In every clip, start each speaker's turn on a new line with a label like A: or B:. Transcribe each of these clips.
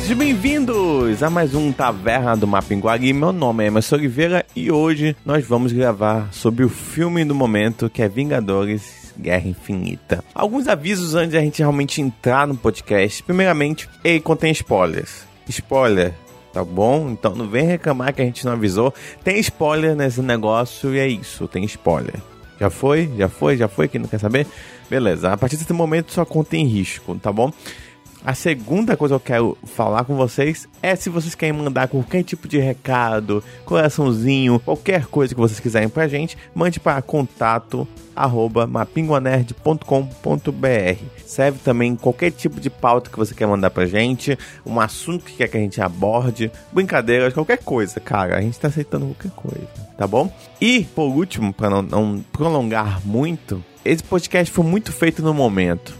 A: Sejam bem-vindos a mais um Taverna do Mapinguari. Meu nome é Emerson Oliveira e hoje nós vamos gravar sobre o filme do momento que é Vingadores Guerra Infinita. Alguns avisos antes da gente realmente entrar no podcast. Primeiramente, ele contém spoilers. Spoiler, tá bom? Então não vem reclamar que a gente não avisou. Tem spoiler nesse negócio e é isso, tem spoiler. Já foi? Já foi? Já foi? Quem não quer saber? Beleza, a partir desse momento só contém risco, tá bom? A segunda coisa que eu quero falar com vocês é se vocês querem mandar qualquer tipo de recado, coraçãozinho, qualquer coisa que vocês quiserem pra gente, mande para contato arroba mapinguanerd.com.br. Serve também qualquer tipo de pauta que você quer mandar pra gente, um assunto que quer que a gente aborde, brincadeiras, qualquer coisa, cara. A gente tá aceitando qualquer coisa, tá bom? E, por último, para não, não prolongar muito, esse podcast foi muito feito no momento.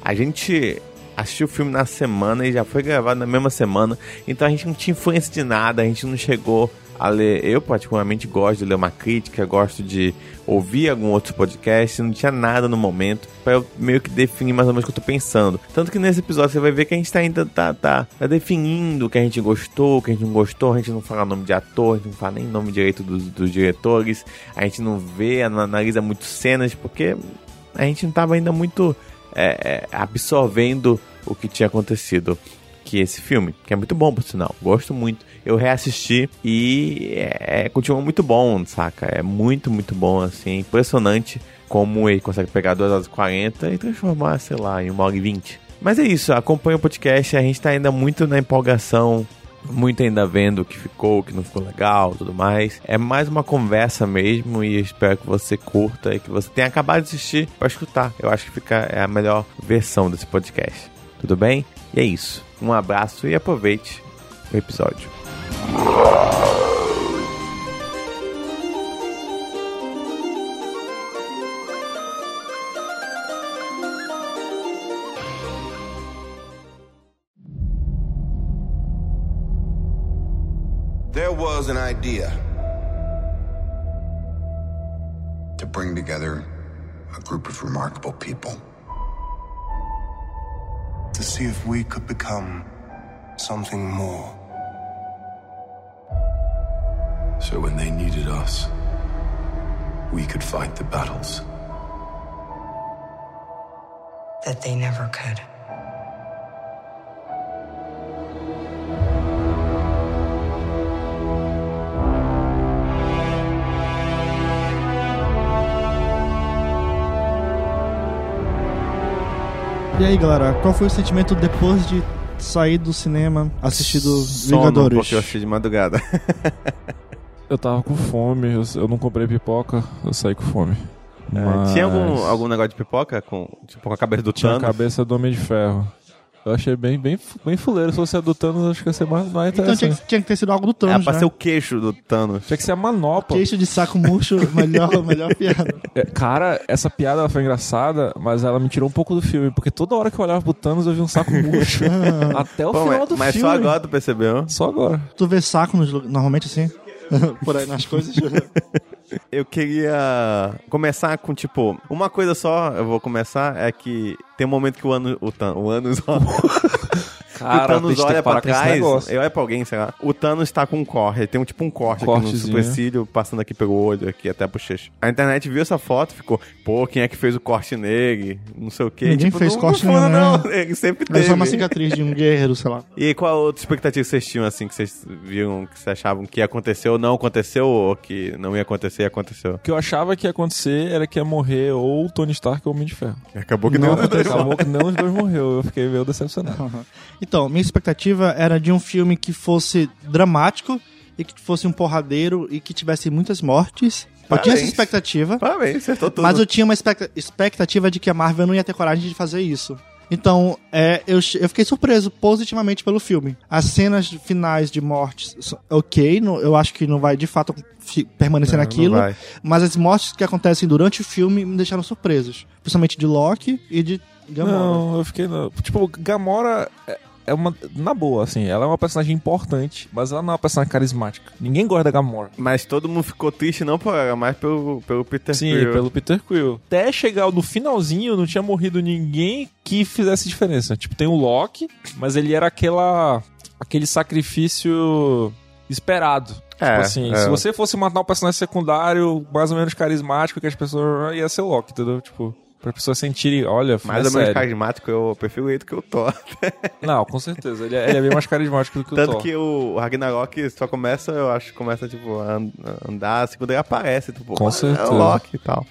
A: A gente assisti o filme na semana e já foi gravado na mesma semana. Então a gente não tinha influência de nada, a gente não chegou a ler. Eu, particularmente, gosto de ler uma crítica, gosto de ouvir algum outro podcast, não tinha nada no momento para eu meio que definir mais ou menos o que eu tô pensando. Tanto que nesse episódio você vai ver que a gente tá ainda tá, tá, tá definindo o que a gente gostou, o que a gente não gostou, a gente não fala nome de ator, a gente não fala nem nome direito dos, dos diretores, a gente não vê, não analisa muito cenas, porque a gente não tava ainda muito é, absorvendo o que tinha acontecido que esse filme, que é muito bom por sinal, gosto muito. Eu reassisti e é, continua muito bom, saca? É muito, muito bom, assim, impressionante como ele consegue pegar 2 horas e 40 e transformar, sei lá, em 1 hora e 20. Mas é isso, acompanha o podcast, a gente tá ainda muito na empolgação, muito ainda vendo o que ficou, o que não ficou legal, tudo mais. É mais uma conversa mesmo e eu espero que você curta e que você tenha acabado de assistir para escutar. Eu acho que fica é a melhor versão desse podcast. Tudo bem? E é isso. Um abraço e aproveite o episódio.
B: There was an idea to bring together a group of remarkable people
C: to see if we could become something more.
D: So when they needed us, we could fight the battles.
E: that they never could.
F: E aí, galera, qual foi o sentimento depois de sair do cinema assistido
A: Sono,
F: Vingadores?
A: porque eu assisti de madrugada.
G: Eu tava com fome, eu, eu não comprei pipoca, eu saí com fome. Mas
A: Tinha algum, algum negócio de pipoca com, tipo, com a cabeça do
G: tinha a
A: Thanos?
G: cabeça do Homem de Ferro. Eu achei bem, bem, fu- bem fuleiro. Se fosse a do Thanos, acho que ia ser mais, mais
F: Então
G: interessante.
F: tinha
G: tinha,
F: que, tinha que ter sido algo do
A: É,
F: Thanos,
A: pra
F: né?
A: ser o queixo do Thanos.
G: que... ser a manopla.
F: Queixo de saco murcho, melhor, melhor piada.
G: É, Cara, essa piada ela foi engraçada, mas ela me tirou um pouco do filme, porque toda hora que eu olhava pro Thanos eu vi um saco murcho. até o
A: Pô,
G: final
A: mas
G: do
A: mas
G: filme.
A: só agora tu percebeu?
G: Só agora.
F: Tu vê saco nos, lu- normalmente assim, por aí nas coisas.
A: Eu queria começar com, tipo, uma coisa só, eu vou começar, é que tem um momento que o ano. O, Tan, o Anos olha. que o
G: Cara, tem
A: Thanos
G: que
A: olha pra
G: parar com esse
A: trás.
G: negócio.
A: Eu olho pra alguém, sei lá. O Thanos tá com um corte. Tem um tipo um corte
G: Um
A: aqui no
G: cortezinho.
A: supercílio, passando aqui pelo olho, aqui até a bochecha. A internet viu essa foto e ficou, pô, quem é que fez o corte nele? Não sei o quê.
F: Ninguém
A: tipo,
F: fez
A: não,
F: corte
A: não, foi,
F: nenhum, né?
A: não. Ele sempre
F: É
A: teve.
F: só uma cicatriz de um guerreiro, sei lá.
A: E qual a outra expectativa que vocês tinham, assim, que vocês viram, que vocês achavam que ia acontecer ou não aconteceu, ou que não ia acontecer e aconteceu?
G: O que eu achava que ia acontecer era que ia morrer ou o Tony Stark ou o Homem de Ferro.
A: Acabou que
G: Não, acabou que nenhum dos dois morreu. Eu fiquei meio decepcionado.
F: Então, minha expectativa era de um filme que fosse dramático e que fosse um porradeiro e que tivesse muitas mortes. Eu tinha
A: Parabéns.
F: essa expectativa.
A: Parabéns, acertou tudo.
F: Mas eu tinha uma expecta- expectativa de que a Marvel não ia ter coragem de fazer isso. Então, é, eu, che- eu fiquei surpreso positivamente pelo filme. As cenas de- finais de mortes, so- ok, não- eu acho que não vai de fato fi- permanecer
A: Não, não
F: naquilo.
A: vai.
F: mas as mortes que acontecem durante o filme me deixaram surpresos. Principalmente de Loki e de Gamora.
G: Não, eu fiquei. na- Tipo, Gamora é- é uma. Na boa, assim, ela é uma personagem importante, mas ela não é uma personagem carismática. Ninguém gosta da Gamora.
A: Mas todo mundo ficou triste não por ela, mas pelo, pelo Peter
G: Sim,
A: Quill.
G: pelo Peter Quill. Até chegar no finalzinho, não tinha morrido ninguém que fizesse diferença. Tipo, tem o Loki, mas ele era aquela. aquele sacrifício esperado.
A: É,
G: tipo assim,
A: é.
G: se você fosse matar um personagem secundário mais ou menos carismático, que as pessoas. Ia ser o Loki, entendeu? Tipo, pra pessoas sentirem, olha,
A: Mais
G: é
A: ou menos
G: sério.
A: carismático, eu prefiro ele do que o Thor.
G: Não, com certeza. Ele é, ele é bem mais carismático do que o
A: Tanto
G: Thor.
A: que o Ragnarok só começa, eu acho, começa, tipo, a an- a andar, assim, quando ele aparece, tipo,
G: Com
A: "Ah, é
G: certeza.
A: o Loki e tal.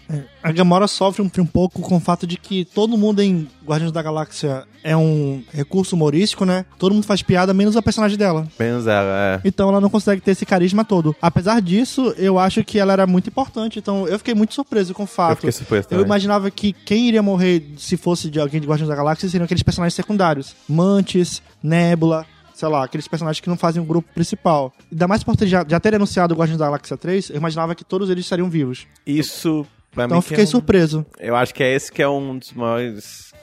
F: A Gamora sofre um, um pouco com o fato de que todo mundo em Guardiões da Galáxia é um recurso humorístico, né? Todo mundo faz piada, menos a personagem dela.
A: Menos ela, é.
F: Então ela não consegue ter esse carisma todo. Apesar disso, eu acho que ela era muito importante. Então eu fiquei muito surpreso com o fato.
A: Eu fiquei surpreso
F: Eu
A: também.
F: imaginava que quem iria morrer se fosse de alguém de Guardiões da Galáxia seriam aqueles personagens secundários. Mantis, Nebula, sei lá, aqueles personagens que não fazem o grupo principal. Ainda mais por ter já, já ter anunciado o Guardiões da Galáxia 3, eu imaginava que todos eles estariam vivos.
A: Isso, pra
F: Então
A: mim,
F: eu
A: que
F: fiquei
A: é um-
F: surpreso.
A: Eu acho que é esse que é um dos maiores.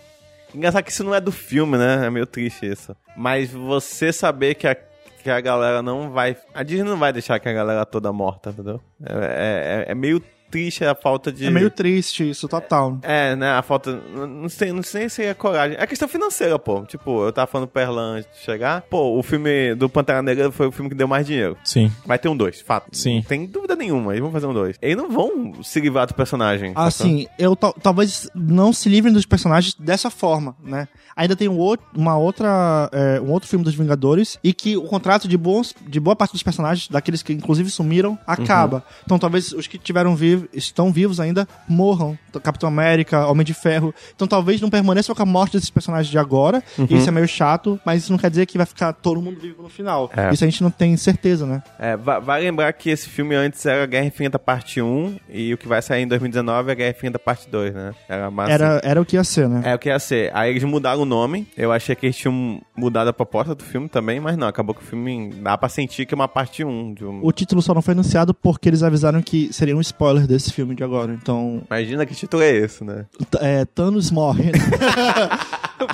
A: Engraçado que isso não é do filme, né? É meio triste isso. Mas você saber que a, que a galera não vai. A Disney não vai deixar que a galera toda morta, entendeu? É, é- é- é meio triste a falta de.
F: É meio triste isso, total.
A: É, né? A falta. Não não sei, não sei se é coragem. É questão financeira, pô. Tipo, eu tava falando pro Erlan antes de chegar. Pô, o filme do Pantera Negra foi o filme que deu mais dinheiro.
G: Sim.
A: Vai ter um dois, fato.
G: Sim.
A: Não tem dúvida nenhuma. Eles vão fazer um dois. Eles não vão se livrar do personagem. sacou?
F: Assim, eu tal- talvez não se livrem dos personagens dessa forma, né? Ainda tem um outro, uma outra, é, um outro filme dos Vingadores e que o contrato de, bons, de boa parte dos personagens, daqueles que inclusive sumiram, acaba. Então talvez os que tiveram vivo, estão vivos ainda morram. Então, Capitão América, Homem de Ferro. Então talvez não permaneçam com a morte desses personagens de agora. E isso é meio chato, mas isso não quer dizer que vai ficar todo mundo vivo no final.
A: É.
F: Isso a gente não tem certeza, né?
A: É, va- vale lembrar que esse filme antes era Guerra Infinita Parte 1 e o que vai sair em 2019 é Guerra Infinita Parte 2, né? Era massa.
F: Era, era o que ia ser, né?
A: É o que ia ser. Aí eles mudaram o nome. Eu achei que eles tinham mudado a proposta do filme também, mas não. Acabou que o filme dá pra sentir que é uma parte 1 de um.
F: O título só não foi anunciado porque eles avisaram que seria um spoiler desse filme de agora. Então,
A: Imagina que título é esse, né?
F: t- é, Thanos morre.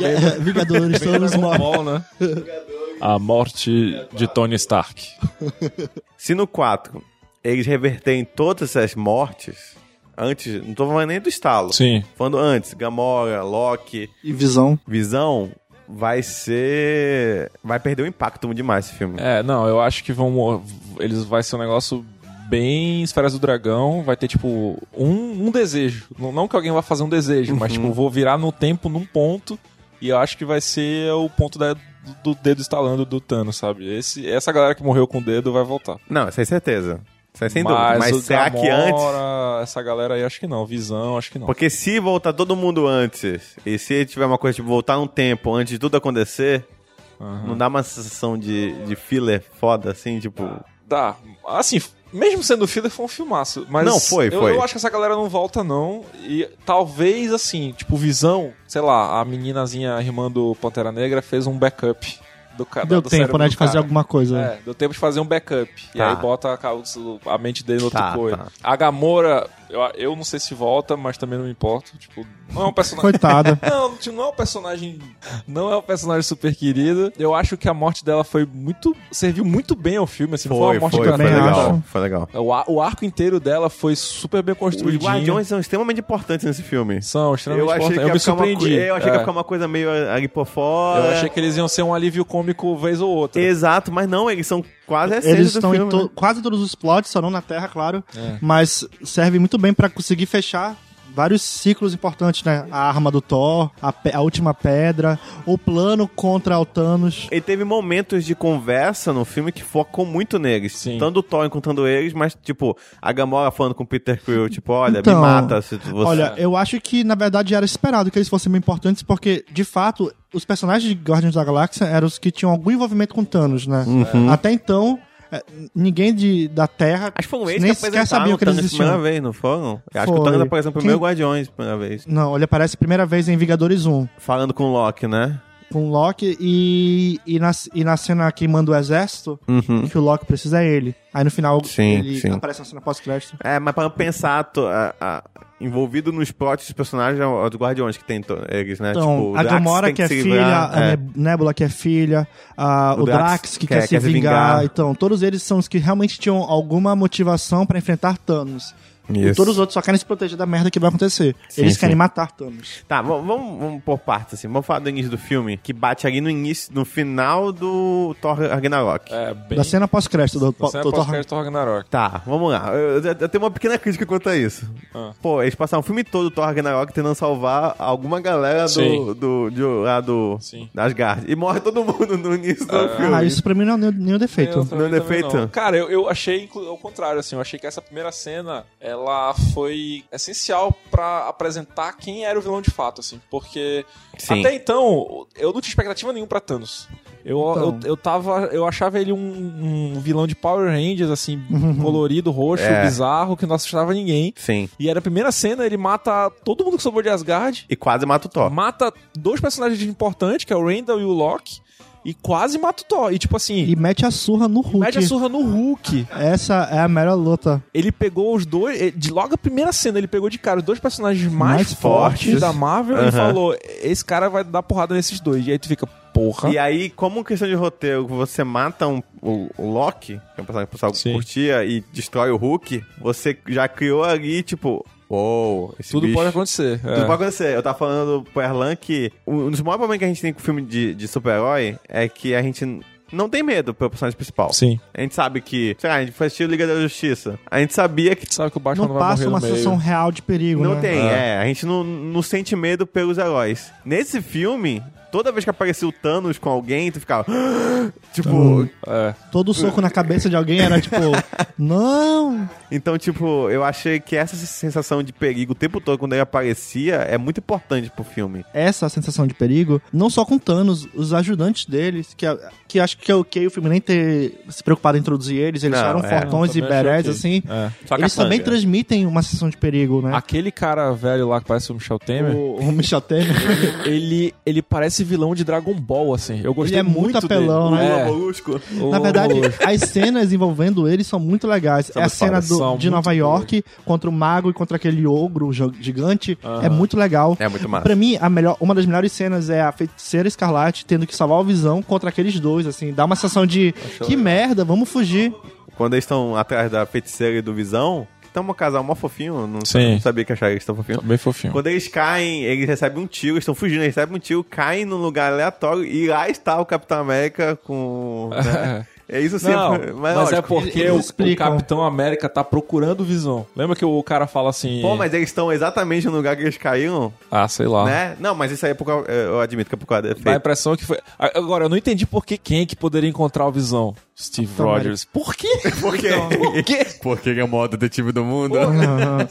F: É, Vingadores, Thanos morre.
G: Bom, né? A morte de Tony Stark.
A: Se no 4 eles reverterem todas essas mortes, antes, não tô falando nem do estalo.
G: Sim.
A: Falando antes, Gamora, Loki,
F: E visão.
A: Visão, vai ser. Vai perder o impacto demais esse filme.
G: É, não, eu acho que vão. mo- Eles vai ser um negócio bem Esferas do Dragão. Vai ter, tipo, um, um desejo. Não, não que alguém vá fazer um desejo, mas,
A: Uhum.
G: tipo, vou virar no tempo num ponto. E eu acho que vai ser o ponto da- do dedo estalando do Thanos, sabe? Esse, essa galera que morreu com o dedo vai voltar.
A: Não, isso é certeza. Isso é sem dúvida.
G: o
A: Mas será que
G: Gamora,
A: antes?
G: Essa galera aí, acho que não. Visão, acho que não.
A: Porque se voltar todo mundo antes, e se tiver uma coisa tipo voltar um tempo antes de tudo acontecer,
G: Aham.
A: não dá uma sensação de, de filler foda assim, tipo.
G: Ah. Dá. Assim, mesmo sendo filler, foi um filmaço. Mas
A: Não, foi,
G: eu,
A: foi.
G: Eu acho que essa galera não volta, não. E talvez, assim, tipo, Visão, sei lá, a meninazinha, a irmã do Pantera Negra, fez um backup do cara.
F: Deu tempo, né, de fazer alguma coisa.
G: É, deu tempo de fazer um backup. E
A: Tá.
G: aí bota a, causa- a mente dele em outra
A: Tá,
G: coisa.
A: tá.
G: A Gamora, eu, eu não sei se volta, mas também não me importo. Tipo, não é um personagem.
F: Coitada.
G: Não, tipo, não é um personagem. Não é um personagem super querido. Eu acho que a morte dela foi muito. Serviu muito bem ao filme, assim. não foi uma morte
A: foi,
F: também
A: legal.
F: acho.
A: Foi legal.
G: O, ar- o arco inteiro dela foi super bem
A: Os
G: construído.
A: Guardiões são extremamente importantes nesse filme.
G: são extremamente
A: Eu achei, que
G: importantes. Eu
A: ia
G: me
A: ficar uma
G: surpreendi.
A: coi- eu achei que
G: É.
A: ia ficar uma coisa meio ali por fora.
G: Eu achei que eles iam ser um alívio cômico vez ou outra.
A: Exato, mas não, eles são quase essências
F: Eles
A: do
F: estão em
A: filme,
F: to-
A: né?
F: quase todos os plots, só não na Terra, claro.
G: É.
F: Mas serve muito bem pra conseguir fechar vários ciclos importantes, né? A arma do Thor, a, pe- a última pedra, o plano contra o Thanos.
A: E teve momentos de conversa no filme que focou muito neles.
G: Sim.
A: Tanto o Thor encontrando eles, mas, tipo, a Gamora falando com o Peter Quill, tipo, olha,
F: Então,
A: me mata se tu- você...
F: Olha, eu acho que na verdade era esperado que eles fossem bem importantes, porque de fato os personagens de Guardians da Galáxia eram os que tinham algum envolvimento com Thanos, né?
A: Uhum.
F: Até então, é, ninguém de, da Terra.
A: Acho que foram eles
F: nem
A: um que
F: sequer
A: apresentaram
F: sabiam
A: o
F: que eles
A: Thanos
F: existiam.
A: primeira vez, não foram? Eu Acho que o
F: Foi.
A: Thanos apareceu no
F: Quem-
A: primeiro Guardiões, primeira vez.
F: Não, ele aparece a primeira vez em Vingadores 1,
A: Falando com o Loki, né?
F: com o Loki, e, e, na, e na cena que manda o exército, que o Loki precisa é ele. Aí no final
A: Uhum. Sim,
F: ele
A: sim.
F: aparece na cena pós-crédito.
A: É, mas pra pensar, to- a- a- envolvido nos plots dos personagens é dos Guardiões que tem to- eles, né?
F: Então,
A: o
F: a
A: Drax
F: Gamora
A: tem
F: que é
A: se
F: filha,
A: livrar,
F: a
A: é.
F: Neb- Nebula que é filha, a-
A: O
F: o,
A: Drax
F: Drax, que
A: quer-
F: quer, se
A: quer se
F: vingar.
A: vingar.
F: Então, todos eles são os que realmente tinham alguma motivação pra enfrentar Thanos. E
A: Isso.
F: todos os outros só querem se proteger da merda que vai acontecer.
A: Sim,
F: eles
A: sim.
F: querem matar Thanos.
A: Tá, vamos, vamos, vamos por partes, assim. Vamos falar do início do filme, que bate ali no início, no final do Thor Ragnarok.
G: É, bem...
F: Da cena pós-crédito do,
G: da
F: do,
G: cena
F: Thor-
G: pós-crédito do Ragnarok.
A: Tá, vamos lá. Eu, eu- eu tenho uma pequena crítica quanto a isso.
G: Ah.
A: Pô, eles passaram o filme todo, Thor Ragnarok, tentando salvar alguma galera do,
G: Sim.
A: do, de- lá do
G: Sim.
A: Asgard. E morre todo mundo no início do filme.
F: Ah, isso pra mim não é nenhum, nenhum defeito.
G: Eu também-
A: Não é
G: também
A: defeito?
G: Cara, eu, eu achei inclu- ao contrário, assim, eu achei que essa primeira cena, ela foi essencial pra apresentar quem era o vilão de fato, assim, porque
A: Sim.
G: até então eu não tinha expectativa nenhuma pra Thanos. Eu,
F: Então.
G: eu, eu tava. Eu achava ele um, um vilão de Power Rangers, assim, colorido, roxo,
A: Uhum. É.
G: bizarro, que não assustava ninguém.
A: Sim.
G: E era a primeira cena, ele mata todo mundo que sobrou de Asgard.
A: E quase mata o Thor.
G: Mata dois personagens importantes, que é o Randall e o Loki, e quase mata o Thor. E tipo assim.
F: E mete a surra no Hulk.
G: Mete a surra no Hulk.
F: Essa é a melhor luta.
G: Ele pegou os dois. eh, De logo a primeira cena, ele pegou de cara os dois personagens mais,
F: Mais
G: fortes,
A: fortes.
G: da Marvel
A: Aham.
G: e falou: Esse cara vai dar porrada nesses dois. E aí tu fica, porra.
A: E aí, como questão de roteiro, você mata um- o, o Loki, que é um personagem que o pessoal
G: Sim.
A: curtia, e destrói o Hulk, você já criou ali, tipo, uou, esse
G: Tudo
A: bicho-
G: pode acontecer.
A: Tudo
G: é.
A: pode acontecer. Eu tava falando pro Erlan que um dos maiores problemas que a gente tem com filme de, de super-herói é que a gente não tem medo pelo personagem principal.
G: Sim.
A: A gente sabe que, sei lá, a gente foi assistir Liga da Justiça. A gente sabia que
G: Tu sabe que o Batman
F: Não,
G: não, vai morrer
F: passa
G: no
F: uma
G: meio.
F: sensação real de perigo,
A: Não
F: né?
A: tem,
G: Ah.
A: é. A gente não, não sente medo pelos heróis. Nesse filme, toda vez que aparecia o Thanos com alguém, tu ficava. tipo.
G: É.
F: Todo soco na cabeça de alguém era tipo, não.
A: Então, tipo, eu achei que essa sensação de perigo o tempo todo quando ele aparecia é muito importante pro filme.
F: Essa sensação de perigo, não só com Thanos, os ajudantes deles, que, que acho que é ok o filme nem ter se preocupado em introduzir eles, eles
A: Não,
F: eram
A: é.
F: fortões
G: Também
F: e
G: achei
F: berés,
G: ok.
F: assim.
G: É.
A: Só
F: Eles
A: capanga.
F: também transmitem uma sensação de perigo, né?
G: um- Aquele cara velho lá que parece o Michel Temer,
F: O, o Michel Temer.
G: ele, ele parece vilão de Dragon Ball, assim. Eu gostei
F: é muito
G: dele.
F: apelão, né?
G: É.
A: Molusco.
G: O-
F: Na verdade, as cenas envolvendo eles são muito legais. é a
A: muito
F: cena
G: fodas.
F: do-
G: São
F: de
G: muito
F: Nova York contra o mago e contra aquele ogro jo- gigante. É muito legal.
A: É muito massa.
F: Pra mim, a melhor, uma das melhores cenas é a feiticeira escarlate tendo que salvar o Visão contra aqueles dois, assim. Dá uma sensação de que merda, vamos fugir.
A: Quando eles estão atrás da feiticeira e do Visão, que tão um casal mó fofinho, não,
G: Sim.
A: não sabia que acharam eles tão fofinhos.
G: Bem fofinho.
A: Quando eles caem, eles recebem um tiro, eles estão fugindo, eles recebem um tiro, caem num lugar aleatório e lá está o Capitão América com. né? É isso sempre.
G: Não, mas, é
A: lógico.
G: porque
F: eles
G: o- o
F: explicam.
G: Capitão América tá procurando o Visão. Lembra que o cara fala assim...
A: Pô, mas eles estão exatamente no lugar que eles caíram,
G: Ah, sei lá.
A: né? Não, mas isso aí é por causa, eu admito que é por causa do
G: Dá a
A: efeito.
G: impressão que foi... A- Agora, eu não entendi por que quem é que poderia encontrar o Visão. Steve
F: Capitão
G: Rogers. Por quê?
A: Por quê?
G: Por quê?
A: Porque ele é o maior detetive do mundo.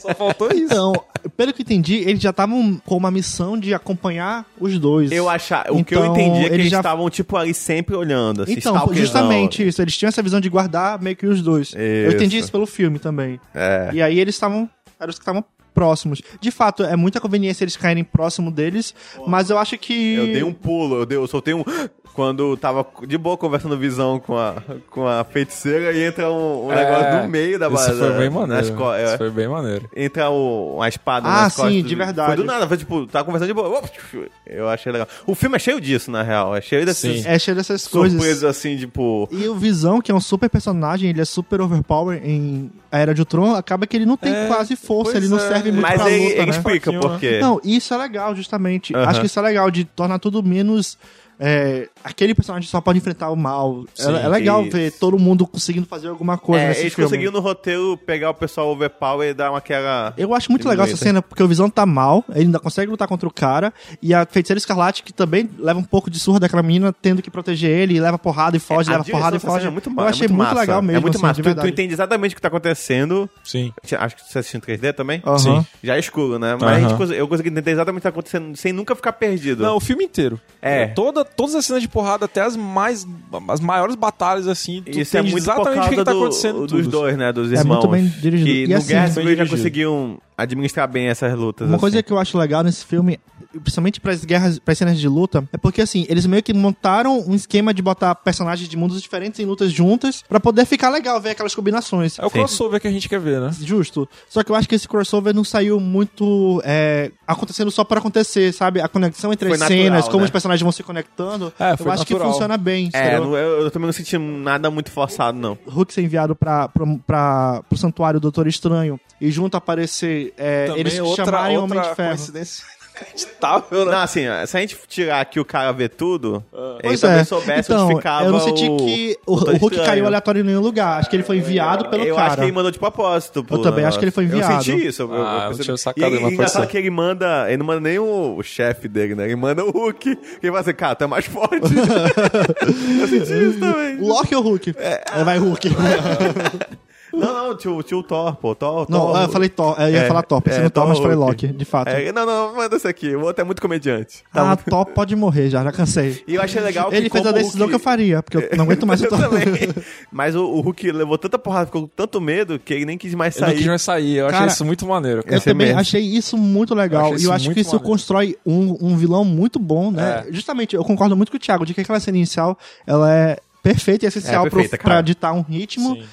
G: Só faltou isso.
F: Então, pelo que eu entendi, eles já estavam com uma missão de acompanhar os dois.
A: Eu achava, o que eu
F: Então,
A: entendi é que
F: ele
A: eles
F: já-
A: estavam, tipo, ali sempre olhando, assim,
F: Então,
A: stalkerzão.
F: justamente isso. Eles tinham essa visão de guardar meio que os dois. Eu entendi
A: Isso.
F: isso pelo filme também.
A: É.
F: E aí eles estavam. Eram os que estavam próximos. De fato, é muita conveniência eles caírem próximo deles, mas eu acho que.
A: Eu dei um pulo, eu, dei, eu soltei um... Quando eu tava de boa conversando visão com a, com a feiticeira e entra um, um negócio
G: É,
A: no meio da
G: Isso foi bem maneiro.
A: nas co- é.
G: Isso foi bem maneiro.
A: Entra o, uma espada
F: Ah,
A: nas
F: sim,
A: costas.
F: de verdade.
A: Foi do nada, foi tipo, tava conversando de boa. Eu achei legal. O filme é cheio disso, na real. É cheio dessas
G: Sim.
F: É cheio dessas
A: surpresas,
F: coisas.
A: assim, tipo...
F: E o Visão, que é um super personagem, ele é super overpower em A Era de Ultron, acaba que ele não tem quase força,
G: pois
F: ele não
G: é.
F: serve muito
A: É, Mas
F: pra
A: ele,
F: luta,
A: ele
F: né?
A: explica
G: Faquinha,
A: por
G: né?
A: quê.
F: Não, isso é legal, justamente.
A: Aham.
F: Acho que isso é legal, de tornar tudo menos. é, aquele personagem só pode enfrentar o mal. É-
G: Sim,
F: é, legal
A: isso.
F: ver todo mundo conseguindo fazer alguma coisa
A: É,
F: nesse
A: eles
F: filme.
A: conseguiram no roteiro pegar o pessoal overpower e dar uma aquela...
F: Eu acho muito legal essa
A: Diminuída.
F: cena, porque o Visão tá mal, ele ainda consegue lutar contra o cara, e a Feiticeira Escarlate, que também leva um pouco de surra daquela menina, tendo que proteger ele, e leva porrada e foge,
A: É, A
F: leva
A: direção
F: porrada e
A: dessa cena
F: foge.
A: É muito
F: Eu
A: massa.
F: achei
A: é muito
F: muito
A: massa.
F: legal mesmo,
A: É muito
F: assim,
A: massa.
F: de
A: Tu, tu
F: verdade.
A: entende exatamente o que tá acontecendo.
G: Sim.
A: Acho que você assistiu em 3D também?
F: Aham.
G: Sim.
A: Já é escuro, né? Mas a gente
G: Aham.
A: cons- eu consegui entender exatamente o que tá acontecendo sem nunca ficar perdido.
G: Não, o filme inteiro.
A: É.
G: Toda, todas as cenas de porrada, até as mais... As maiores batalhas, assim. Tu
A: Isso é
G: entende
A: muito por
G: exatamente o
A: causa
G: que, que tá
A: do-
G: acontecendo.
A: dos
G: tudo.
A: dois, né? Dos
F: É
A: irmãos.
F: muito bem dirigido.
A: Que
F: E
A: no
F: assim,
A: Guerra
F: bem
A: Civil já
G: dirigido.
A: conseguiam administrar bem essas lutas.
F: Uma
A: assim.
F: coisa que eu acho legal nesse filme, principalmente para as guerras, para cenas de luta, é porque assim, eles meio que montaram um esquema de botar personagens de mundos diferentes em lutas juntas pra poder ficar legal ver aquelas combinações.
G: É o
A: Sim.
G: crossover que a gente quer ver, né?
F: Justo. Só que eu acho que esse crossover não saiu muito é, acontecendo só por acontecer, sabe? A conexão entre
A: Foi
F: as
A: natural,
F: cenas, como
A: né?
F: os personagens vão se conectando,
G: É,
F: eu
G: foi
F: acho que
G: natural.
F: funciona bem.
A: É,
F: entendeu?
A: não- eu, eu também não senti nada muito forçado, não.
F: Hulk ser é enviado pra, pra, pra- pro santuário do Doutor Estranho e junto aparecer é,
G: Também
F: eles
G: é outra,
F: chamarem
G: outra
F: Homem de Ferro.
G: coincidência inacreditável, né?
A: Não, assim, se a gente tirar que o cara vê tudo, ele
F: Pois
A: também
F: é.
A: soubesse
F: então,
A: onde ficava
F: Eu não senti
A: o-
F: que o, o
A: Doutor
F: Hulk
A: Estranho.
F: caiu aleatório em nenhum lugar. Acho que ele foi enviado pelo
A: eu
F: cara.
A: acho que ele mandou de propósito. pô.
F: também acho que ele foi
A: Eu
F: enviado.
A: senti isso. Eu,
G: Ah, eu
A: percebi.
G: tinha sacado,
A: E,
G: mas
A: e
G: pode
A: engraçado
G: ser.
A: que ele manda... Ele não manda nem o, o chefe dele, né? Ele manda o Hulk. Que ele fala assim, cara, tá mais forte. eu senti isso também.
F: O Loki ou o Hulk?
A: É.
F: Aí vai Hulk.
A: Não, não, tio, tio Thor, pô. Thor,
F: não,
A: Thor,
F: ah, eu falei Thor. Eu ia
A: É,
F: falar Thor, pensei
A: é,
F: no Thor,
A: Thor
F: mas falei
A: Hulk.
F: Loki, de fato.
A: É, não, não, manda esse aqui. O outro é muito comediante. Tá
F: ah,
A: muito-
F: Thor pode morrer já, já cansei.
A: E eu achei legal que
F: Ele fez
A: como
F: a
A: o
F: decisão
A: Hulk-
F: que eu faria, porque eu não aguento mais o
A: eu
F: Thor.
A: também. Mas o, o Hulk levou tanta porrada, ficou com tanto medo que ele nem quis mais
G: Ele não
A: sair.
G: quis mais sair. Eu
F: Cara,
G: achei isso muito maneiro. cara.
F: Eu
A: Esse
F: também
A: mesmo.
F: achei isso muito
G: Eu
F: legal.
G: achei
F: e eu
G: isso
F: acho que
G: muito
F: isso
G: maneiro.
F: constrói um, um vilão muito bom, né?
A: É.
F: Justamente, eu concordo muito com o Thiago, de que aquela cena inicial, ela é perfeita e essencial pro-
A: É perfeita, cara.
F: pra ditar um ritmo
G: Sim.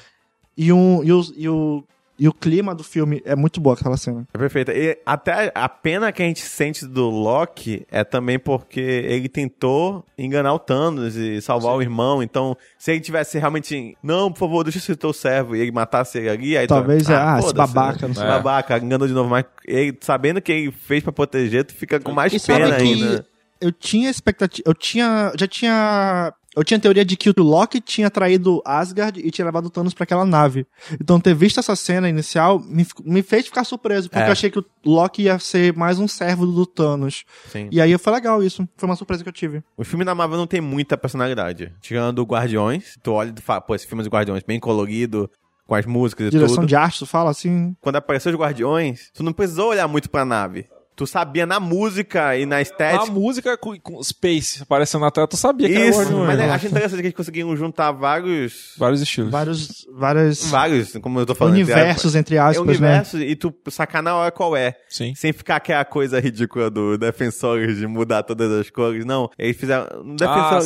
F: e, um, e, o, e, o, e o clima do filme. É muito boa aquela cena.
A: É perfeito. E até a pena que a gente sente do Loki é também porque ele tentou enganar o Thanos e salvar o irmão. Então, se ele tivesse realmente. Não, por favor, deixa eu ser teu servo e ele matasse ele ali. Aí
F: Talvez, é, ah, esse
A: foda-se,
F: babaca,
A: né?
F: não sei
A: Esse
G: lá.
A: Babaca, enganou de novo. Mas ele, sabendo que ele fez pra proteger, tu fica com mais
F: E sabe
A: pena
F: que
A: ainda.
F: eu tinha expectativa. Eu tinha. Já tinha. Eu tinha a teoria de que o Loki tinha traído Asgard e tinha levado o Thanos pra aquela nave. Então, ter visto essa cena inicial me, fico- me fez ficar surpreso, porque
A: É.
F: eu achei que o Loki ia ser mais um servo do Thanos.
A: Sim.
F: E aí foi legal isso. Foi uma surpresa que eu tive.
A: O filme da Marvel não tem muita personalidade. Tirando o Guardiões, tu olha e tu fala, pô, esse filme dos Guardiões bem colorido, com as músicas e
F: Direção
A: tudo.
F: de arte, tu fala assim.
A: Quando apareceu os Guardiões, tu não precisou olhar muito pra nave. Tu sabia na música e na
G: A
A: estética.
G: música é com, com Space aparecendo na tela, tu sabia que
A: isso,
G: era o
A: mas
G: Mas...
A: acho interessante que eles conseguiram juntar vários.
G: Vários estilos.
F: Vários. Vários
A: Vários, como eu tô falando. entre aspas.
F: universos, entre
A: É
F: aspas, né?
A: universo e tu sacar na hora qual é.
G: Sim.
A: Sem ficar aquela coisa ridícula do Defensores de mudar todas as cores. Não, eles fizeram.
G: Ah,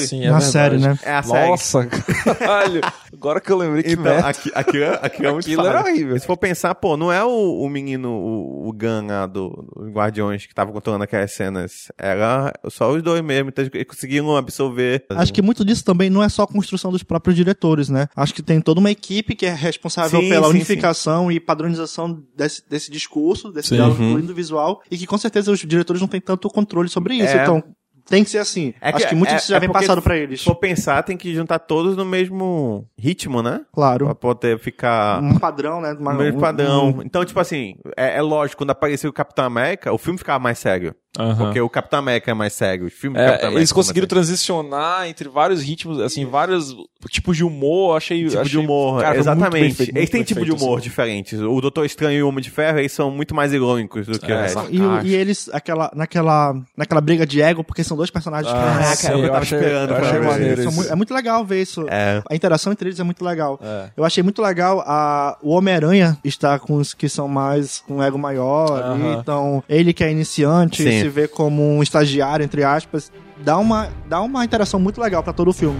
A: Defensores.
G: sim, é
F: Na
G: verdade.
F: série, né?
A: É a série.
G: Nossa, caralho. Agora que eu lembrei que
A: Então,
G: merda.
A: aqui, aquilo, é- aquilo é muito
G: Né? Aquilo era
A: fácil. Se for pensar, pô, não é o, o menino, o, o Gun lá do, do Guardiões que tava controlando aquelas cenas. Era só os dois mesmo, então eles conseguiram absorver.
F: Acho que muito disso também não é só a construção dos próprios diretores, né? Acho que tem toda uma equipe que é responsável
A: Sim,
F: pela
A: sim, Uhum.
F: unificação e padronização desse, desse discurso, desse
G: Sim.
F: diálogo fluido visual, e que com certeza os diretores não têm tanto controle sobre isso.
A: É.
F: Então, tem que ser assim.
A: É
F: Acho que muito
A: é-
F: disso já
A: é
F: vem
A: porque
F: passado pra eles.
A: Se for pensar, tem que juntar todos no mesmo ritmo, né? Pra
F: Claro.
A: poder ficar
F: Um padrão, né? Uma-
A: no mesmo
F: um-
A: padrão.
F: um-
A: Então, tipo assim, é, é lógico, quando apareceu o Capitão América, o filme ficava mais sério.
G: Aham.
A: Porque o Capitão América é mais sério, o filme do
G: Ah. É,
A: Capitão América.
G: eles conseguiram
A: é mais sério.
G: transicionar entre vários ritmos, assim, vários tipos de humor, achei...
A: Tipo de
G: achei-
A: humor,
G: cara, foi muito
A: exatamente.
G: bem feito,
A: eles
G: muito
A: têm
G: bem
A: tipo de
G: feito,
A: humor
G: assim.
A: diferentes. O Doutor Estranho e o Homem de Ferro, eles são muito mais irônicos do que
G: É,
A: o resto.
G: exato.
F: E, o- e eles, aquela, naquela, naquela briga de ego, porque são dois personagens
G: Ah,
F: que-
A: Caraca, era o que eu
G: eu
A: tava
G: achei-
A: esperando
G: eu
A: pra
G: achei
A: ver.
G: maneiro
F: São
G: isso.
F: mu- É muito legal ver isso.
A: É.
F: A interação entre eles é muito legal.
G: É.
F: Eu achei muito legal a, o Homem-Aranha estar com os que são mais com um ego maior ali.
G: Aham.
F: Então, ele que é iniciante
A: Sim.
F: se vê como um estagiário, entre aspas. Dá uma, dá uma interação muito legal pra todo o filme.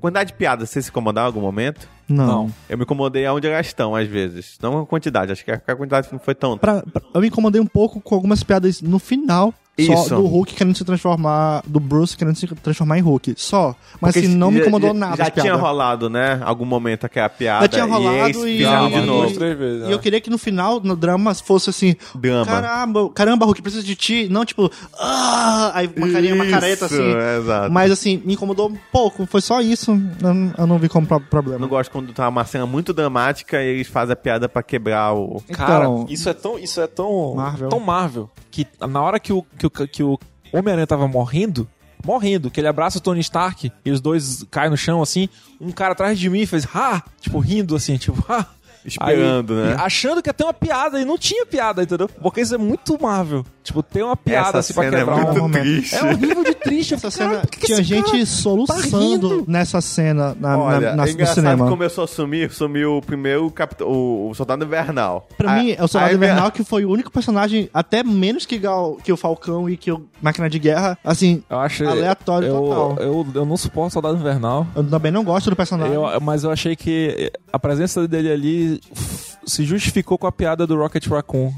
A: Quantidade de piada, você se incomodar em algum momento?
F: Não.
A: Eu me incomodei aonde elas estão, às vezes. Não a quantidade, acho que é a a quantidade não foi tão.
F: Pra- pra- eu me incomodei um pouco com algumas piadas no final.
A: Isso.
F: Só do Hulk querendo se transformar. Do Bruce querendo se transformar em Hulk. Só. Mas
A: Porque
F: assim, não me
A: já-
F: incomodou
A: já-
F: nada.
A: Já
F: as
A: tinha
F: piadas.
A: rolado, né? Algum momento aquela piada.
F: Já tinha rolado
A: eles
F: e-
A: é fizeram de
F: e-
A: novo.
G: Três vezes,
F: E eu
G: né?
F: queria que no final, no drama, fosse assim.
A: Drama.
F: Caramba, caramba, Hulk, preciso de ti. Não, tipo, ah, aí uma carinha, uma careta,
A: Isso,
F: assim.
A: é, exato.
F: Mas assim, me incomodou um pouco, foi só isso. Eu, não- eu não vi como pro-
A: Eu não
F: problema.
A: gosto quando tá uma cena muito dramática e eles fazem a piada pra quebrar o.
G: Cara,
F: Então-
G: isso é tão, isso é tão
F: Marvel.
G: Marvel. tão Marvel que na hora que o que o, que o Homem-Aranha tava morrendo, morrendo, que ele abraça o Tony Stark e os dois caem no chão assim, um cara atrás de mim fez ha, tipo rindo assim, tipo ha.
A: Esperando,
G: Aí,
A: né?
G: e Achando que ia ter uma piada e não tinha piada, entendeu? Porque isso é muito Marvel. Tipo, tem uma piada
A: Essa
G: assim pra
A: cena é
G: quebrar um
A: muito
F: momento.
A: triste.
G: é horrível de triste. Eu
F: Essa
G: falei,
F: cena,
G: "Caralho, por que que
F: tinha
G: esse
F: gente
G: cara tá
F: soluçando
G: rindo?"
F: nessa cena na, na-
A: Olha,
F: na-
A: é
F: no
A: engraçado
F: cinema.
A: que começou a sumir, sumiu o primeiro capitão, o, o Soldado Invernal.
F: Pra
A: Aí-
F: mim, é o Soldado
A: aí minha-
F: Invernal que foi o único personagem, até menos que, Gal- que o Falcão e que o Máquina de Guerra, assim,
G: Eu acho
F: Aleatório
G: eu,
F: total.
G: Eu, eu não suporto Soldado Invernal.
F: eu também não gosto do personagem.
G: Eu- mas eu achei que eh, a presença dele ali f- se justificou com a piada do Rocket Raccoon.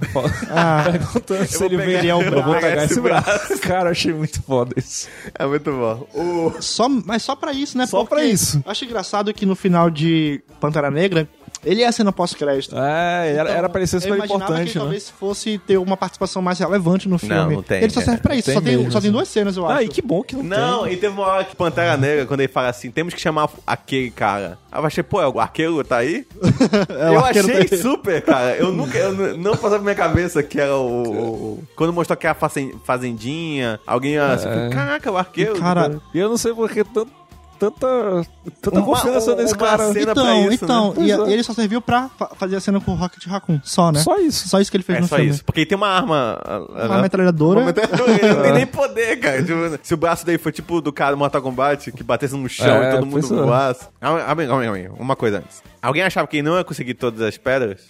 F: Ah.
G: Perguntando se
A: vou
G: ele
A: pegar-
G: vendia um
A: eu
G: Eu vou
A: vou pegar
G: pegar esse
A: esse
G: braço. Cara, eu achei muito foda isso.
A: É muito bom. O-
F: Só, mas só pra isso, né?
G: Só pra isso.
F: Acho engraçado que no final de Pantera Negra, ele é a cena pós-crédito. Então,
G: É, era, era pra ele ser
F: Eu
G: super
F: imaginava que
G: importante,
F: ele
G: né?
F: talvez fosse ter uma participação mais relevante no filme.
A: não tem,
F: Ele só serve
A: é.
F: pra isso.
G: Tem
F: Só tem,
G: mesmo,
F: só tem
G: assim.
F: duas cenas, eu acho.
G: Ah, e que bom que não,
A: Não,
G: tem.
A: e teve uma hora que Pantera Negra, quando ele fala assim, temos que chamar aquele cara. Aí eu achei, pô, é o arqueiro tá aí?
F: o
A: eu
F: arqueiro
A: achei
F: tá aí.
A: super, cara. Eu nunca, eu n- não passava pra minha cabeça que era o... o- o- Quando mostrou que era fazen- fazendinha, alguém era assim, caraca, o arqueiro.
F: É.
A: É
F: Cara,
G: E eu não sei porque tanto- tanta, tanta
A: Uma-
G: confiança nesse
A: uma
G: cara.
A: cena- pra
F: então,
A: isso,
F: então,
A: né?
F: e
G: Pois é.
F: ele só serviu pra fa- fazer a cena com o Rocket Raccoon, só, né?
G: Só isso.
F: Só isso que ele fez
A: É
F: no
A: só
F: filme.
A: isso. Porque ele tem uma arma...
F: né?
A: né?
F: Uma metralhadora.
A: Ele não tem nem poder, cara. Tipo, se o braço daí foi tipo do cara do Mortal Kombat, que batesse no chão
G: É,
A: e todo mundo
G: pois é.
A: voasse. Ah, Calma aí, calma aí, calma aí. Uma coisa antes. Alguém achava que ele não ia conseguir todas as pedras?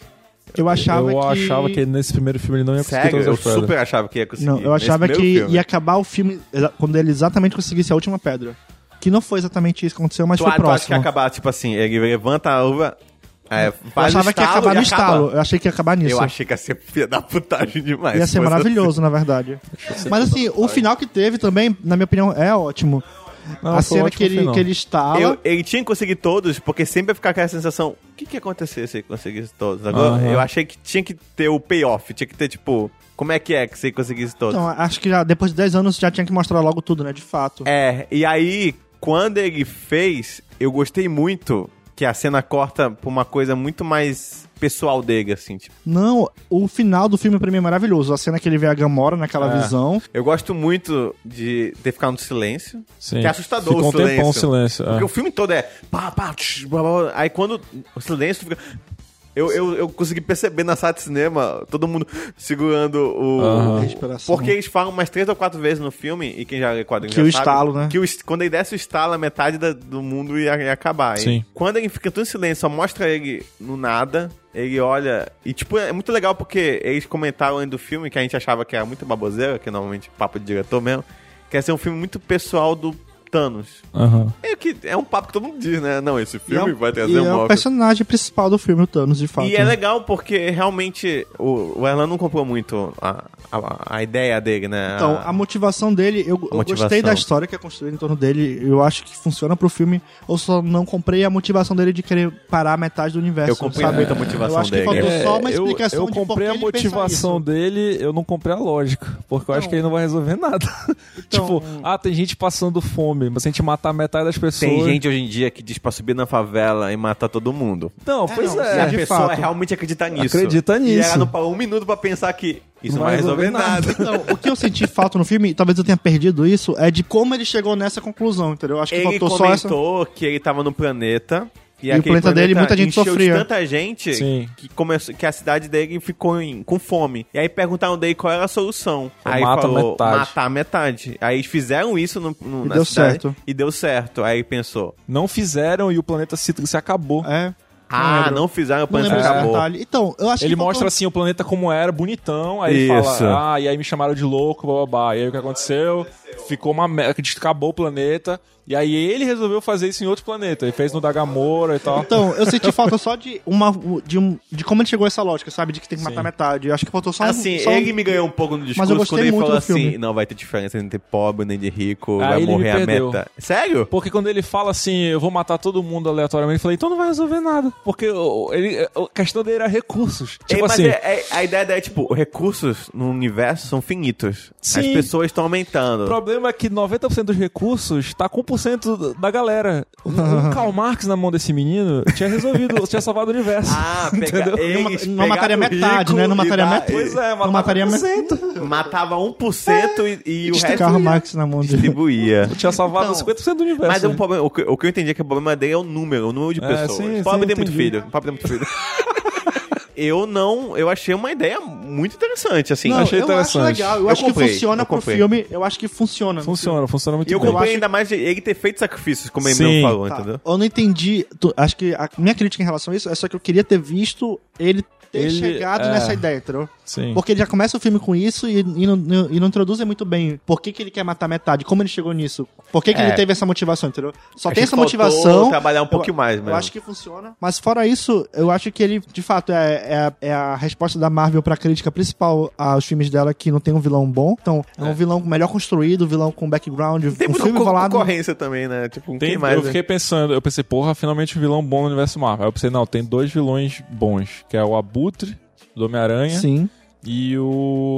F: Eu achava
G: eu
F: que...
G: achava que nesse primeiro filme ele não ia conseguir
A: Sério?
G: todas
A: Eu
G: as pedras.
A: super achava que ia conseguir.
F: Não, eu
A: nesse
F: achava que
A: primeiro filme.
F: ia acabar o filme exa- quando ele exatamente conseguisse a última pedra. Que não foi exatamente isso que aconteceu, mas
A: Tu,
F: foi
A: tu acha que ia
F: próximo.
A: acabar, tipo assim, ele levanta a uva, é,
F: Eu
A: faz o
F: achava que ia
A: estalo
F: acabar
A: e
F: no
A: acaba.
F: estalo. Eu achei que ia acabar nisso.
A: Eu achei que ia ser filha da putagem demais. assim.
F: Ia ser
A: Mas-
F: maravilhoso, na verdade. Mas assim, o final que teve também, na minha opinião, é ótimo.
G: Não,
F: a
G: foi um
F: cena
G: ótimo
F: que ele,
G: final.
F: que ele estala.
A: Eu, ele tinha que conseguir todos, porque sempre ia ficar aquela sensação: o que, que ia acontecer se ele conseguisse todos? Agora,
G: Aham.
A: eu achei que tinha que ter o payoff, tinha que ter, tipo, como é que é que você conseguisse todos?
F: Então, acho que já, depois de 10 anos já tinha que mostrar logo tudo, né? De fato.
A: É, e aí, quando ele fez, eu gostei muito que a cena corta pra uma coisa muito mais pessoal dele, assim, tipo.
F: Não, o final do filme pra mim é maravilhoso. A cena que ele vê a Gamora naquela
A: É.
F: visão.
A: Eu gosto muito de ter ficado no silêncio.
G: Sim.
A: Que é assustador
G: Ficou
A: o
G: um
A: silêncio.
G: tempão o silêncio, é.
A: Porque o filme todo é pá, pá, tch, blá, blá, blá. Aí quando o silêncio fica... Eu, eu, eu consegui perceber na sala de cinema todo mundo segurando o...
G: Aham.
A: o-
F: Respiração.
A: Porque eles falam umas três ou quatro vezes no filme, e quem já lê quadrinho
F: Que
A: já
F: o
A: sabe,
F: estalo, né?
A: Que o, est- quando ele desse o estalo, a metade da- do mundo ia, ia acabar. hein?
G: Sim.
A: quando ele fica tudo em silêncio, só mostra ele no nada, ele olha. E, tipo, é muito legal porque eles comentaram antes do filme, que a gente achava que era muito baboseira, que é normalmente papo de diretor mesmo, que ia ser um filme muito pessoal do Thanos.
G: Aham.
A: É, que, é um papo que todo mundo diz, né? Não, esse
F: E é,
A: filme
F: o-
A: vai
F: e
A: trazer
F: é
A: um
F: o
A: óbvio.
F: personagem principal do filme, o Thanos, de fato. né?
A: E é legal porque realmente o, o Erlan não comprou muito a, a, a ideia dele, né?
F: Então,
A: A-
F: a motivação dele, eu, eu
A: motivação.
F: gostei da história que é construída em torno dele, eu acho que funciona pro filme, eu só não comprei a motivação dele de querer parar a metade do universo.
A: Eu comprei
F: sabe?
A: muito a motivação
F: eu acho
A: dele.
F: Que faltou
A: É,
F: só uma
G: eu,
F: explicação
G: eu
F: de por
G: comprei
F: que
G: a
F: ele pensa
G: motivação
F: isso.
G: dele, eu não comprei a lógica. Porque eu acho que ele não vai resolver nada.
F: Então-
G: tipo, ah, tem gente passando fome, mas se a gente matar metade das pessoas.
A: Tem gente hoje em dia que diz pra subir na favela e matar todo mundo.
G: Não, pois
F: não,
G: é.
A: e a
F: de
A: pessoa
F: fato.
A: realmente acredita nisso.
G: Acredita
A: E
G: nisso.
A: ela não parou um minuto pra pensar que isso não vai resolver, nada.
F: Então, o que eu senti falta no filme, e talvez eu tenha perdido isso, é de como ele chegou nessa conclusão, entendeu? Acho que
A: Ele
F: faltou só essa.
A: comentou que ele tava no planeta. E,
F: o
A: aquele
F: planeta dele, muita gente
A: encheu de
F: sofria.
A: tanta gente
G: Sim.
A: que, começou, que a cidade dele ficou em- com fome. E aí perguntaram daí qual era a solução. aí
G: mata
A: falou,
G: metade.
A: matar metade. Aí eles fizeram isso no, no-
F: E
A: na
F: deu
A: cidade.
F: certo.
A: E deu certo. Aí ele pensou,
G: Não fizeram e o planeta se, se acabou.
F: É,
A: ah,
F: lembro.
A: não fizeram, o
F: não
A: planeta
F: lembro desse
A: acabou.
F: detalhe. Então, eu acho
G: Ele
F: que faltou-
G: mostra assim o planeta como era, bonitão, aí ele
A: Isso.
G: fala, ah, e aí me chamaram de louco, blá blá blá. E aí o que aconteceu? Ficou uma merda, acabou o planeta. E aí ele resolveu fazer isso em outro planeta. Ele fez no da Gamora e tal.
F: Então, eu senti falta só de uma de, um, de como ele chegou a essa lógica, sabe? De que tem que matar metade. Eu acho que faltou só um-
A: Assim,
F: só um,
A: ele me ganhou um pouco no
F: eu
A: discurso
F: gostei
A: quando ele
F: muito
A: falou
F: do filme.
A: assim: não vai ter diferença entre pobre nem de rico,
G: Aí
A: vai
G: ele me
A: morrer a
G: perdeu.
A: meta. Sério?
G: Porque quando ele fala assim, eu vou matar todo mundo aleatoriamente, eu falei, então não vai resolver nada. Porque o- ele, a questão dele era recursos.
A: É,
G: Tipo
A: mas
G: assim,
A: é- é- a ideia é, tipo, recursos no universo são finitos.
G: Sim.
A: As pessoas estão
G: o
A: aumentando.
G: problema é que 90% dos recursos tá com 1% da galera. O Karl Marx na mão desse menino tinha resolvido, tinha salvado o universo.
A: Ah, pega,
F: Não,
A: eles
F: não
A: pegaram
F: mataria
A: o
F: metade,
A: rico
F: né? Não
A: e
F: mataria
A: dá-
F: metade.
G: Pois é,
F: não mataria metade.
A: Matava 1% e, e o resto
F: Carro Marx na mão dele.
A: distribuía.
G: Tinha salvado
A: Então,
G: 50% do universo.
A: Mas é um
G: né?
A: problema- o, que, o que eu entendi é que o problema dele é o número, o número de
G: É,
A: pessoas.
G: sim,
A: pobre
G: sim,
A: tem muito
G: entendi.
A: filho. Pobre tem muito filho. eu não. Eu achei uma ideia muito interessante, assim.
F: Não,
G: Achei
F: eu
G: interessante.
F: Acho legal. Eu,
A: Eu
F: acho
A: comprei,
F: que funciona
A: eu
F: pro
A: comprei.
F: filme. Eu acho que funciona. né?
G: Funciona, funciona muito
A: E eu
G: bem.
A: comprei
F: acho-
A: ainda mais de ele ter feito sacrifícios, como ele
G: Sim.
A: mesmo falou,
F: Tá,
A: entendeu?
F: Eu não entendi. tu- acho que a minha crítica em relação a isso é só que eu queria ter visto ele ter
G: Ele-
F: chegado
G: é.
F: nessa ideia, entendeu?
A: um
G: Sim.
F: Porque ele já começa o filme com isso e, e não, não- e não introduzem muito bem por que, que ele quer matar metade, como ele chegou nisso, por que, que
A: É.
F: ele teve essa motivação, entendeu? Só
A: Acho
F: tem
A: que
F: essa
A: faltou
F: motivação.
A: trabalhar um pouquinho mais,
F: Eu
A: mesmo.
F: acho que funciona. Mas fora isso, eu acho que ele, de fato, é, é a- é a resposta da Marvel pra crítica principal aos filmes dela que não tem um vilão bom. Então, é, um vilão melhor construído, vilão com background,
A: Tem
F: um
A: muita
F: filme
A: co-
F: falado.
A: concorrência também, né? Tipo,
G: Tem-
A: quem mais?
G: eu
A: né?
G: fiquei pensando, eu pensei, porra, finalmente um vilão bom no universo Marvel. Aí eu pensei, não, tem dois vilões bons, que é o Abutre, do Homem-Aranha,
F: Sim,
G: e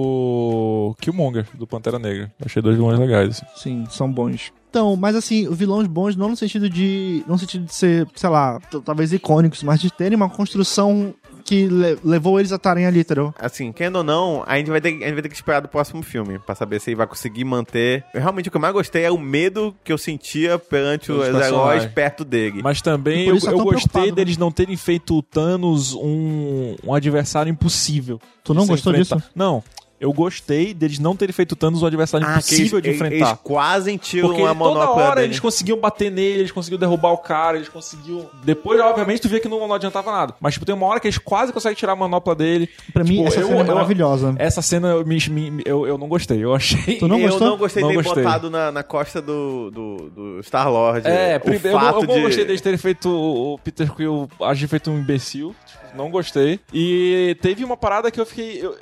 G: o Killmonger, do Pantera Negra. Achei dois vilões legais. assim.
F: sim, são bons. Então, mas assim, vilões bons não no sentido de. Não no sentido de ser, sei lá, t- talvez icônicos, mas de terem uma construção que le- levou eles a estarem ali, entendeu?
A: Assim, querendo ou não, a gente, vai ter, a gente vai ter que esperar do próximo filme pra saber se ele vai conseguir manter. Eu, realmente, o que eu mais gostei é o medo que eu sentia perante
G: Os
A: os, heróis
G: personagens.
A: perto dele.
G: Mas também
F: E por
G: eu,
F: isso eu
G: eu
F: tô
G: gostei
F: preocupado, né?
G: deles não terem feito o Thanos um, um adversário impossível.
F: Tu não
G: de se
F: gostou
G: enfrentar.
F: disso?
G: Não, eu gostei deles não terem feito o Thanos um adversário
A: Ah, que eles,
G: impossível de
A: eles-
G: enfrentar.
A: eles quase tiram
G: Porque
A: uma
G: ele- toda
A: manopla
G: hora
A: dele.
G: eles conseguiam bater nele, eles conseguiam derrubar o cara, eles conseguiam. Depois, obviamente, tu via que não, não adiantava nada. Mas, tipo, tem uma hora que eles quase conseguem tirar a manopla dele. Tipo,
F: Pra mim, essa cena é maravilhosa.
G: Essa cena eu, me- me- eu, eu não gostei, eu achei.
F: Tu não
A: eu
F: gostou?
A: não gostei
G: Não
A: de ter
G: gostei.
A: botado na, na costa do, do, do Star-Lord.
G: É,
A: o
G: primeiro, eu,
A: fato
G: não, eu não
A: de...
G: gostei deles terem feito o o Peter Quill agir feito um imbecil. Tipo, Não gostei. E teve uma parada que eu fiquei. eu-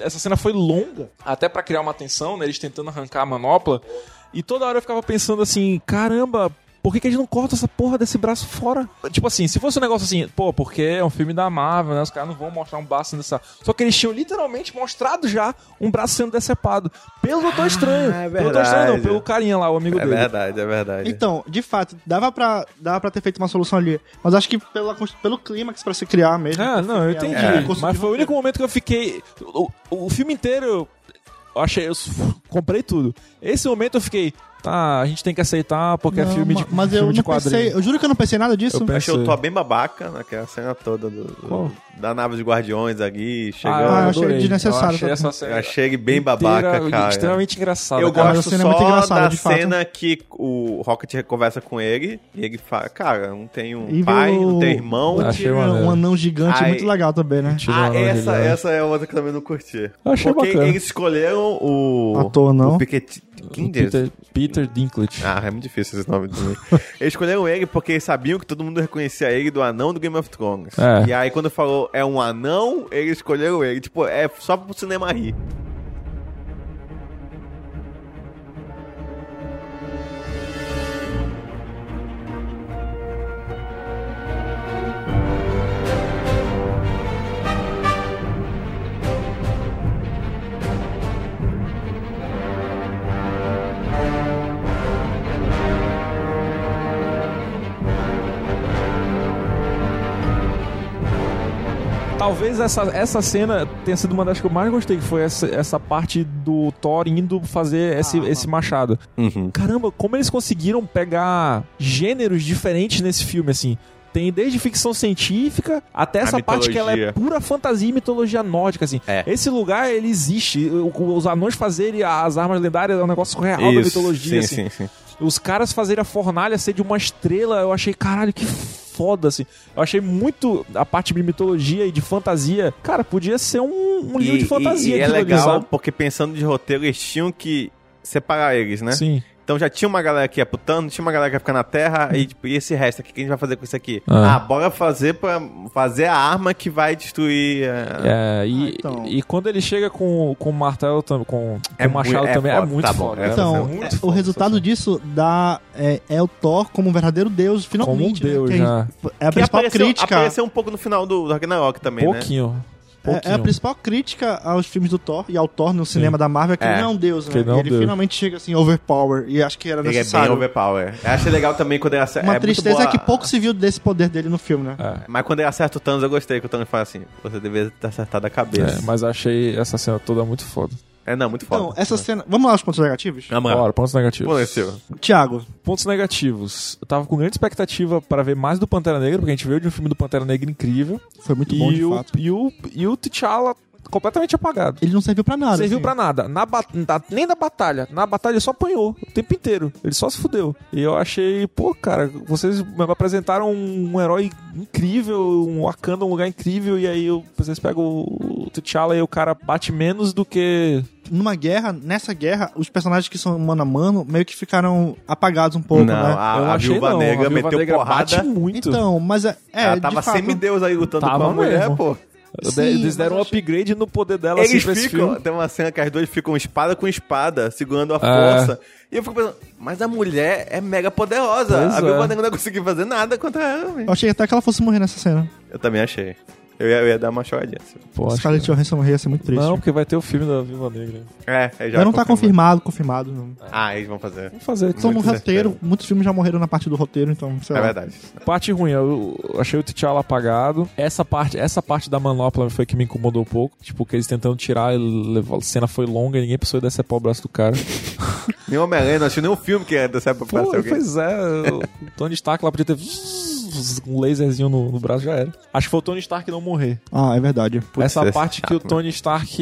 G: essa cena foi longa, até pra criar uma tensão, né? Eles tentando arrancar a manopla. E toda hora eu ficava pensando assim: caramba. Por que, que eles não cortam essa porra desse braço fora? Tipo assim, se fosse um negócio assim, pô, porque é um filme da Marvel, né? Os caras não vão mostrar um braço dessa. Só que eles tinham literalmente mostrado já um braço sendo decepado. Pelo Doutor Estranho.
A: é
G: pelo Doutor Estranho, não,
A: verdade.
G: pelo carinha lá, o amigo
A: É
G: tipo dele.
A: verdade, é verdade.
F: Então, de fato, dava pra, dava pra ter feito uma solução ali. Mas acho que pela, cons- pelo clímax pra se criar mesmo.
G: Ah, não, eu entendi.
A: É.
G: Mas foi o único momento que eu fiquei. O, o- o filme inteiro eu achei. Eu s- comprei tudo. Esse momento eu fiquei. Tá, a gente tem que aceitar porque é
F: Não,
G: filme de,
F: ma- Mas eu
G: filme de
F: não
G: quadrinho.
F: pensei, eu juro que eu não pensei nada disso.
G: Eu
A: Eu achei o
G: pensei.
A: Thor bem babaca naquela cena toda do- do-
G: Qual?
A: da nave dos Guardiões ali, chegando.
F: Ah, eu
A: eu
F: achei
G: adorei.
F: desnecessário
G: Eu achei
F: também.
G: essa cena
A: Eu achei ele bem babaca,
G: inteira
A: cara.
G: é Extremamente engraçado.
A: Eu
G: cara.
F: mas a
A: gosto
F: cena é muito
A: só
F: engraçada,
A: da
F: de fato.
A: cena que o Rocket conversa com ele e ele fala, cara, não tem um
F: E
A: pai,
F: veio
A: não tem
F: o-
A: irmão.
F: o
G: Achei
F: tira-
G: maneiro.
F: um anão gigante,
A: Ai.
F: muito legal também, né?
G: Tirou a
A: Ah,
G: hora de
A: essa,
G: dar.
A: essa é outra que eu também não curti.
G: Achei
A: Porque
G: bacana.
A: eles escolheram o...
F: Ator, não?
A: O Piquet...
G: O
A: Kinder?
G: Peter, Peter Dinklage.
A: Ah, é muito difícil esse nome também. Eles escolheram ele porque eles sabiam que todo mundo reconhecia ele do anão do Game of Thrones.
G: É.
A: E aí, quando falou é um anão, eles escolheram ele. Tipo, é só pro cinema rir.
G: Talvez essa, essa cena tenha sido uma das que eu mais gostei, que foi essa, essa parte do Thor indo fazer esse, esse machado.
A: Uhum.
G: Caramba, como eles conseguiram pegar gêneros diferentes nesse filme, assim. Tem desde ficção científica até essa parte que ela é
A: mitologia.
G: pura fantasia e mitologia nórdica, assim.
A: É.
G: Esse lugar, ele existe. O- o- Os anões fazerem as armas lendárias é um negócio real da mitologia,
A: sim,
G: assim.
A: sim, sim.
G: Os caras fazerem a fornalha ser de uma estrela, eu achei, caralho, que foda, assim. Eu achei muito a parte de mitologia e de fantasia. Cara, podia ser um, um livro de fantasia.
A: e é
G: aquilo ali,
A: legal
G: sabe?
A: porque pensando de roteiro, eles tinham que separar eles, né?
G: Sim.
A: Então já tinha uma galera que ia pro Thanos, tinha uma galera que ia ficar na Terra, e, tipo, e esse resto aqui, o que a gente vai fazer com isso aqui?
G: Ah.
A: Ah, bora fazer pra fazer a arma que vai destruir. É,
G: É, e,
F: Ah, então.
G: e quando ele chega com, com o martelo, tam- com, com
A: É
G: o machado
A: mui- é
G: também, é
A: foda,
G: muito
A: tá bom,
G: foda.
A: é
G: cara.
A: foda,
F: Então,
A: Essa cena é
F: é- o resultado disso dá é, é o Thor como um verdadeiro deus,
G: como um
F: finalmente. né?
G: deus
F: Que
G: já.
F: É a
A: Que
F: principal
A: apareceu, um
F: crítica.
A: apareceu um pouco no final do do Ragnarok também, né?
G: Pouquinho.
F: É, é a
G: Pouquinho.
F: principal crítica aos filmes do Thor e ao Thor no cinema da Marvel é que
A: É.
F: ele não é um deus, né?
G: Que ele não é um
F: E ele
G: deus.
F: finalmente chega assim, overpower. E acho que era
A: Ele é bem
F: necessário.
A: overpower. Eu achei legal também quando ele acerta.
F: Uma
A: é muito
F: tristeza
A: boa- É
F: é que pouco se viu desse poder dele no filme, né?
A: Mas quando ele acerta o Thanos, eu gostei que o Thanos fala assim: você deveria ter acertado a cabeça.
G: É, mas achei essa cena toda muito foda.
A: É, não, muito
F: Então,
A: foda.
F: essa cena. Vamos lá aos pontos negativos?
A: Amanhã.
G: Bora, pontos negativos.
A: É. Pô, Silvio.
F: Tiago,
G: Pontos negativos. Eu tava com grande expectativa para ver mais do Pantera Negra, porque a gente veio de um filme do Pantera Negra incrível.
F: foi muito
G: e,
F: bom de
G: o,
F: fato.
G: e o E o T'Challa completamente apagado.
F: Ele não serviu pra nada.
G: serviu
F: assim.
G: pra nada. Na ba- na- nem na batalha. Na batalha ele só apanhou o tempo inteiro. Ele só se fudeu. E eu achei, pô, cara, vocês me apresentaram um, um herói incrível, um Wakanda, um lugar incrível, e aí eu- vocês pegam o, o T'Challa e o cara bate menos do que.
F: Numa guerra, nessa guerra, os personagens que são mano a mano meio que ficaram apagados um pouco,
A: não, ah,
F: né?
A: a,
G: eu
A: a
G: achei,
A: viúva
G: não.
A: negra
G: a Viúva
A: meteu
G: Negra
A: porrada.
G: Bate muito.
F: Então, mas é. é
A: ela tava
F: de fato,
A: semideus aí lutando
G: Tava
A: com a mulher,
G: mesmo.
A: pô.
G: De-
F: Sim,
G: Eles
F: mas
G: deram um
F: eu achei-
G: upgrade no poder dela assim,
A: Eles
G: pra esse
A: ficam.
G: filme.
A: Tem uma cena que as duas ficam espada com espada, segurando a
G: É.
A: força. E eu fico pensando, mas a mulher é mega poderosa.
G: Pois
A: a
G: é.
A: Viúva Negra não conseguiu fazer nada contra ela. velho.
F: Eu achei até que ela fosse morrer nessa cena.
A: Eu também achei. Eu ia, eu ia dar uma choradinha. assim. Silvio.
G: Pô, acho
F: Scarlett Johansson morrer ia ser muito
G: que-
F: triste.
G: Não,
F: Não,
G: porque vai ter o filme da Viva Negra.
A: É, aí já
F: não tá
A: confirmou.
F: confirmado, confirmado. Não.
A: Ah, eles vão fazer.
G: Vamos fazer.
F: São no
A: Muito
F: roteiro,
A: certeza.
F: muitos filmes já morreram na parte do roteiro, então, sei
A: É
F: lá.
A: verdade.
G: Parte ruim, eu eu achei o T'Challa apagado. Essa parte, essa parte da manopla foi que me incomodou um pouco. Tipo, que eles tentando tirar, ele levou- a cena foi longa e ninguém precisou dessa pau o braço do cara.
A: Nem Homem-Aranha, não achei nenhum filme que é dessa época pra
G: Pô,
A: ser alguém.
F: um
G: pois é, o Tony Stark lá podia ter um laserzinho no, no braço, já era. Acho que foi o Tony Stark não morrer.
F: Ah, é verdade.
G: essa
A: isso é
G: parte que o
A: chato,
G: Tony Stark.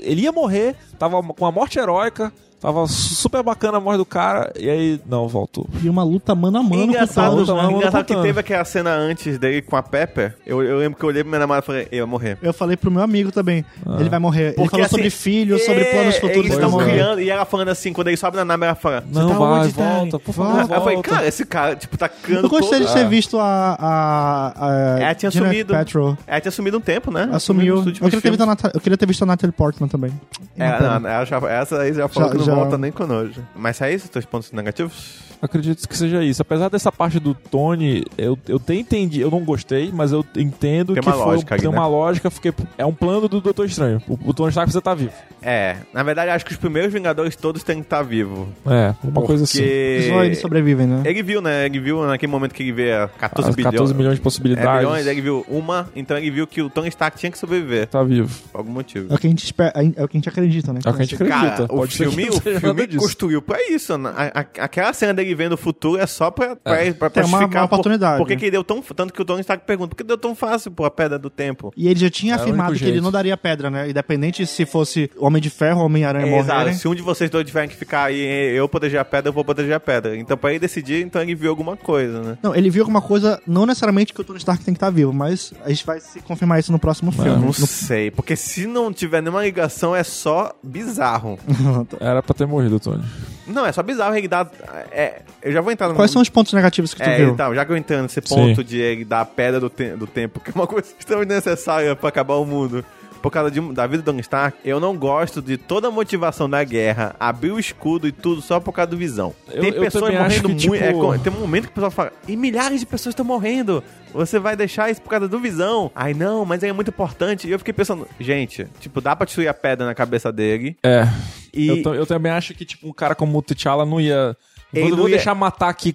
G: Ele ia morrer, tava com a morte heróica, tava super bacana a morte do cara, e aí. Não, voltou.
F: E uma luta mano a mano
A: engraçado,
F: com o tá
G: Thanos,
A: mano,
G: mano,
A: engraçado que
G: contando.
A: teve aquela cena antes dele com a Pepper. Eu, eu lembro que eu olhei pra minha namorada e falei, eu ia morrer.
F: Eu falei pro meu amigo também.
G: Ah.
F: Ele vai morrer. ele falou
A: assim,
F: sobre filhos,
A: é,
F: sobre planos futuros tá
A: Eles
F: da
G: tão
A: estão
G: Pois é.
F: mulher.
A: criando, e ela falando assim, quando ele sobe na nave, ela fala, "Você
G: Não,
A: tá
G: vai,
A: onde, Thanos?"
G: volta, por favor,
A: Aí Eu falei,
G: volta.
A: cara, esse cara, tipo, tá criando
F: Eu gostei
A: todo...
F: de ter visto a. a, a
A: Ela tinha
F: Gwyneth
A: sumido.
F: Paltrow.
A: Ela tinha sumido um tempo, né?
F: Assumiu.
A: Nos
F: Eu
A: últimos
F: queria, ter visto a
A: filmes.
F: Nata- eu queria ter visto a Natalie Portman também.
A: É, não, ela já, essa aí já falou
F: Já-
A: que não
F: já-
A: volta nem conosco. Mas é isso, teus pontos negativos?
G: Acredito que seja isso. Apesar dessa parte do Tony, eu, eu até entendi, eu não gostei, mas eu entendo
A: Tem
G: que
A: uma
G: foi,
A: lógica ali,
G: tem
A: né?
G: uma lógica, porque é um plano do Doutor Estranho. O, o Tony Stark precisa estar vivo.
A: É, na verdade, acho que os primeiros Vingadores todos têm que estar vivos.
G: É, uma coisa assim.
A: Porque...
F: Só eles sobrevivem, né?
A: Ele viu, né? Ele viu naquele momento que ele vê a 14,
G: As 14 milhões de possibilidades.
A: É, bilhões, ele viu uma, então ele viu que o Tony Stark tinha que sobreviver,
G: Tá vivo.
A: por algum motivo.
F: É o que a gente espera, é o que a gente acredita, né?
G: É o que a gente acredita.
A: Cara, o
G: Pode ser que
A: filme,
G: não
A: o
G: seja
A: filme
G: nada disso.
A: construiu pra isso. né? A- a- aquela cena dele vendo o futuro é só pra, pra, pra
F: Tem uma-
A: justificar
F: uma oportunidade.
A: Por, por que que deu tão... Tanto que o Tony Stark pergunta, por que deu tão fácil, pô, a Pedra do Tempo?
F: E ele já tinha
G: Era É o
F: afirmado que
G: único
F: ele
G: jeito.
F: não daria pedra, né? Independente se fosse Homem de né? Ferro ou Homem-Aranha
A: É, exato.
F: morrerem.
A: Se um de vocês dois tiverem que ficar aí, eu proteger a pedra, eu vou proteger a pedra. Então, pra ele decidir, então ele viu alguma coisa, né?
F: Não, ele viu alguma coisa, não necessariamente que o Tony Stark tem que estar vivo, mas a gente vai se confirmar isso no próximo
A: Eu
G: É,
F: filme.
A: não sei, porque se não tiver nenhuma ligação, é só bizarro.
G: Era pra ter morrido o Tony.
A: Não, é só bizarro ele dar. É, eu já vou entrar no.
F: Quais são os pontos negativos que tu
A: É,
F: viu?
A: então, já que eu entendo nesse ponto
G: Sim.
A: de ele dar a pedra do, te- do tempo, que é uma coisa extremamente necessária pra acabar o mundo. Por causa de- da vida do Tony Stark, eu não gosto de toda a motivação da guerra, abrir o escudo e tudo só por causa do visão.
G: Eu-
A: tem
G: eu
A: pessoas
G: também acho
A: morrendo muito.
G: que,
A: é,
G: tipo-
A: co- tem um momento que o pessoal fala, e milhares de pessoas estão morrendo. Você vai deixar isso por causa do visão. Ai, não, mas é muito importante. E eu fiquei pensando, gente, tipo, dá pra destruir a pedra na cabeça dele.
G: É.
A: E
G: Eu, ta- eu também acho que, tipo, um cara como o T'Challa não ia.
A: Ele
G: Eu
A: não
G: vou
A: ia-
G: deixar matar aqui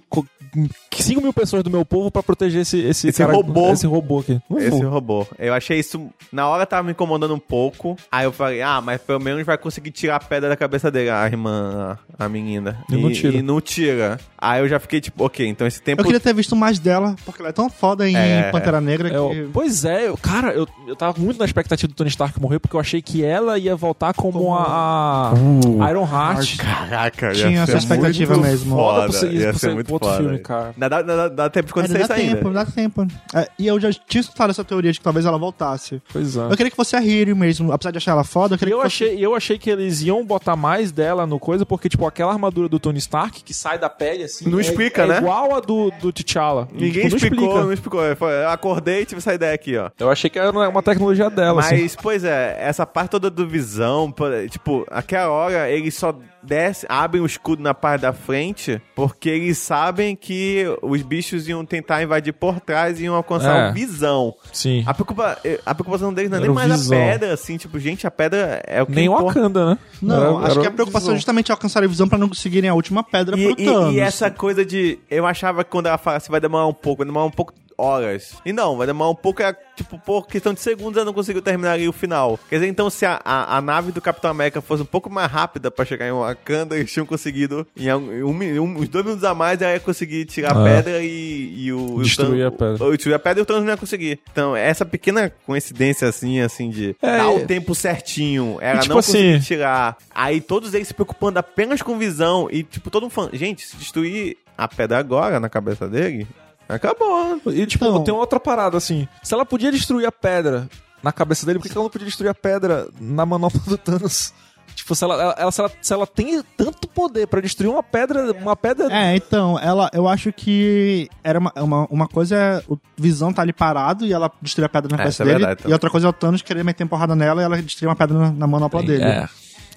G: 5 mil pessoas do meu povo pra proteger esse, esse,
A: Esse
G: cara-
A: robô.
G: Esse robô aqui. Não vou.
A: Esse robô. Eu achei isso. Na hora tava me incomodando um pouco. Aí eu falei, ah, mas pelo menos vai conseguir tirar a pedra da cabeça dele, a irmã, a menina.
G: E não tira.
A: e não tira. Aí eu já fiquei tipo, ok, então esse tempo.
F: Eu queria ter visto mais dela, porque ela é tão foda em
A: É.
F: Pantera Negra que.
G: É, ó, pois é, eu- cara, eu, eu tava muito na expectativa do Tony Stark morrer, porque eu achei que ela ia voltar como, a, a
A: Uh.
G: Iron Heart.
A: Caraca,
F: Tinha essa expectativa mesmo.
A: É Foda,
G: Foda pra seguir
A: ia
G: pro
A: ser
G: seu-
A: muito
G: pro outro
A: foda.
G: filme, cara.
A: Dá, dá, dá, dá tempo de quando
F: Ainda
A: você
F: dá
A: ainda.
F: tempo, dá tempo. É, e eu já tinha escutado essa teoria de que talvez ela voltasse.
G: Pois é.
F: Eu queria que fosse a Hiri mesmo, apesar de achar ela foda, eu
G: E
F: queria
G: Eu
F: que fosse...
G: achei, eu achei que eles iam botar mais dela no coisa, porque, tipo, aquela armadura do Tony Stark que sai da pele, assim.
A: Não
G: é-
A: explica,
G: é
A: né?
G: Igual a do, do T'Challa. E,
A: Ninguém
G: tipo, não
A: explicou, né?
G: explica.
A: não explicou. Eu falei, Eu acordei e tive essa ideia aqui, ó.
G: Eu achei que era uma tecnologia dela, assim.
A: Mas, pois é, essa parte toda do visão, pô, tipo, aquela hora ele só descem, abrem o escudo na parte da frente, porque eles sabem que os bichos iam tentar invadir por trás e iam alcançar
G: É.
A: o visão.
G: Sim.
A: A, preocupa- a preocupação deles não é
G: Era
A: nem
G: o
A: mais
G: visão.
A: a pedra, assim, tipo, gente, a pedra é o que
G: Nem o
A: importa.
G: Wakanda, né?
F: Não,
G: Era-
F: acho
G: era
F: que a preocupação é justamente é alcançar a visão pra não conseguirem a última pedra
A: um- E,
F: pro
A: e-
F: Thanos.
A: e essa coisa de. Eu achava que quando ela fala assim, vai demorar um pouco, vai demorar um pouco horas. E não, vai demorar um pouco, é, tipo, por questão de segundos ela não conseguiu terminar ali o final. Quer dizer, então, se a, a, a nave do Capitão América fosse um pouco mais rápida pra chegar em Wakanda, eles tinham conseguido, em um, em um mi- um- uns dois minutos a mais, ela ia conseguir tirar a
G: Ah.
A: pedra e, e o.
G: Destruir
A: o,
G: a pedra.
A: o- Destruir a pedra e o Thanos não ia conseguir. Então, essa pequena coincidência, assim, assim, de
G: É,
A: dar o
G: e-
A: tempo certinho, ela
G: tipo
A: não conseguiu
G: assim,
A: tirar. Aí todos eles se preocupando apenas com visão e, tipo, todo um fã. Gente, se destruir a pedra agora na cabeça dele, acabou.
G: E, tipo,
F: Então-
G: tem outra parada, assim. Se ela podia destruir a pedra na cabeça dele, por que que ela não podia destruir a pedra na manopla do Thanos? Tipo, se ela, ela- ela- se ela, se ela tem tanto poder pra destruir uma pedra, uma pedra...
F: É, então, ela, eu acho que era uma, uma, uma coisa é o Visão tá ali parado e ela destruir a pedra na
A: É,
F: cabeça
A: isso é
F: dele.
A: verdade,
F: e
A: também.
F: outra coisa é o Thanos querer meter porrada nela e ela destruir uma pedra na, na manopla dele.
G: É.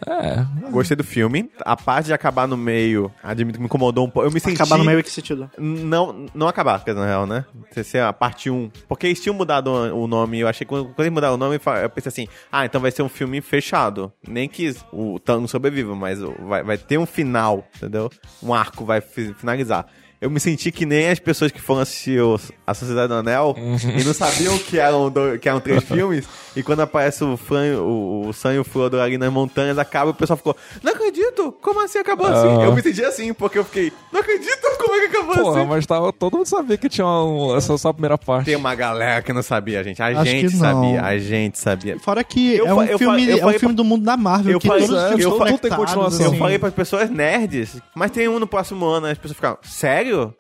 G: É.
A: Gostei do filme. A parte de acabar no meio, admito que me incomodou um pouco. Eu me senti.
F: Acabar no meio em que sentido?
A: Não, não acabar, quer dizer, na real, né? Se- Se é a parte 1. Porque eles tinham mudado o nome. Eu achei que quando quando eles mudaram o nome, fa- eu pensei assim: ah, então vai ser um filme fechado. Nem que o Thanos sobreviva, mas o- vai, vai ter um final, entendeu? Um arco vai fi- finalizar. Eu me senti que nem as pessoas que foram assistir o- A Sociedade do Anel e não sabiam que eram, do- que eram três filmes. E quando aparece o, Fran, o, o Sam e o Frodo ali nas montanhas, acaba e o pessoal ficou: Não acredito! Como assim acabou assim?
G: Ah.
A: Eu me senti assim, porque eu fiquei: Não acredito! Como é que acabou
G: Porra,
A: assim?
G: mas tava, todo mundo sabia que tinha uma, essa só a primeira parte.
A: Tem um uma galera que não sabia, gente. A
F: Acho
A: gente
F: que não.
A: sabia, a gente sabia.
F: Fora que
A: Eu
F: é um
A: fa- eu fa-
F: filme,
A: eu
F: é um
A: falei
F: filme do mundo da Marvel,
A: eu
F: que
A: falei-
F: todos os
A: é,
F: filmes
A: eu
F: são
A: falei-
G: tudo tem
F: conectados,
G: continuação.
A: Eu
F: assim.
A: falei para pessoas nerds, mas tem um no próximo ano. As pessoas ficaram, sério?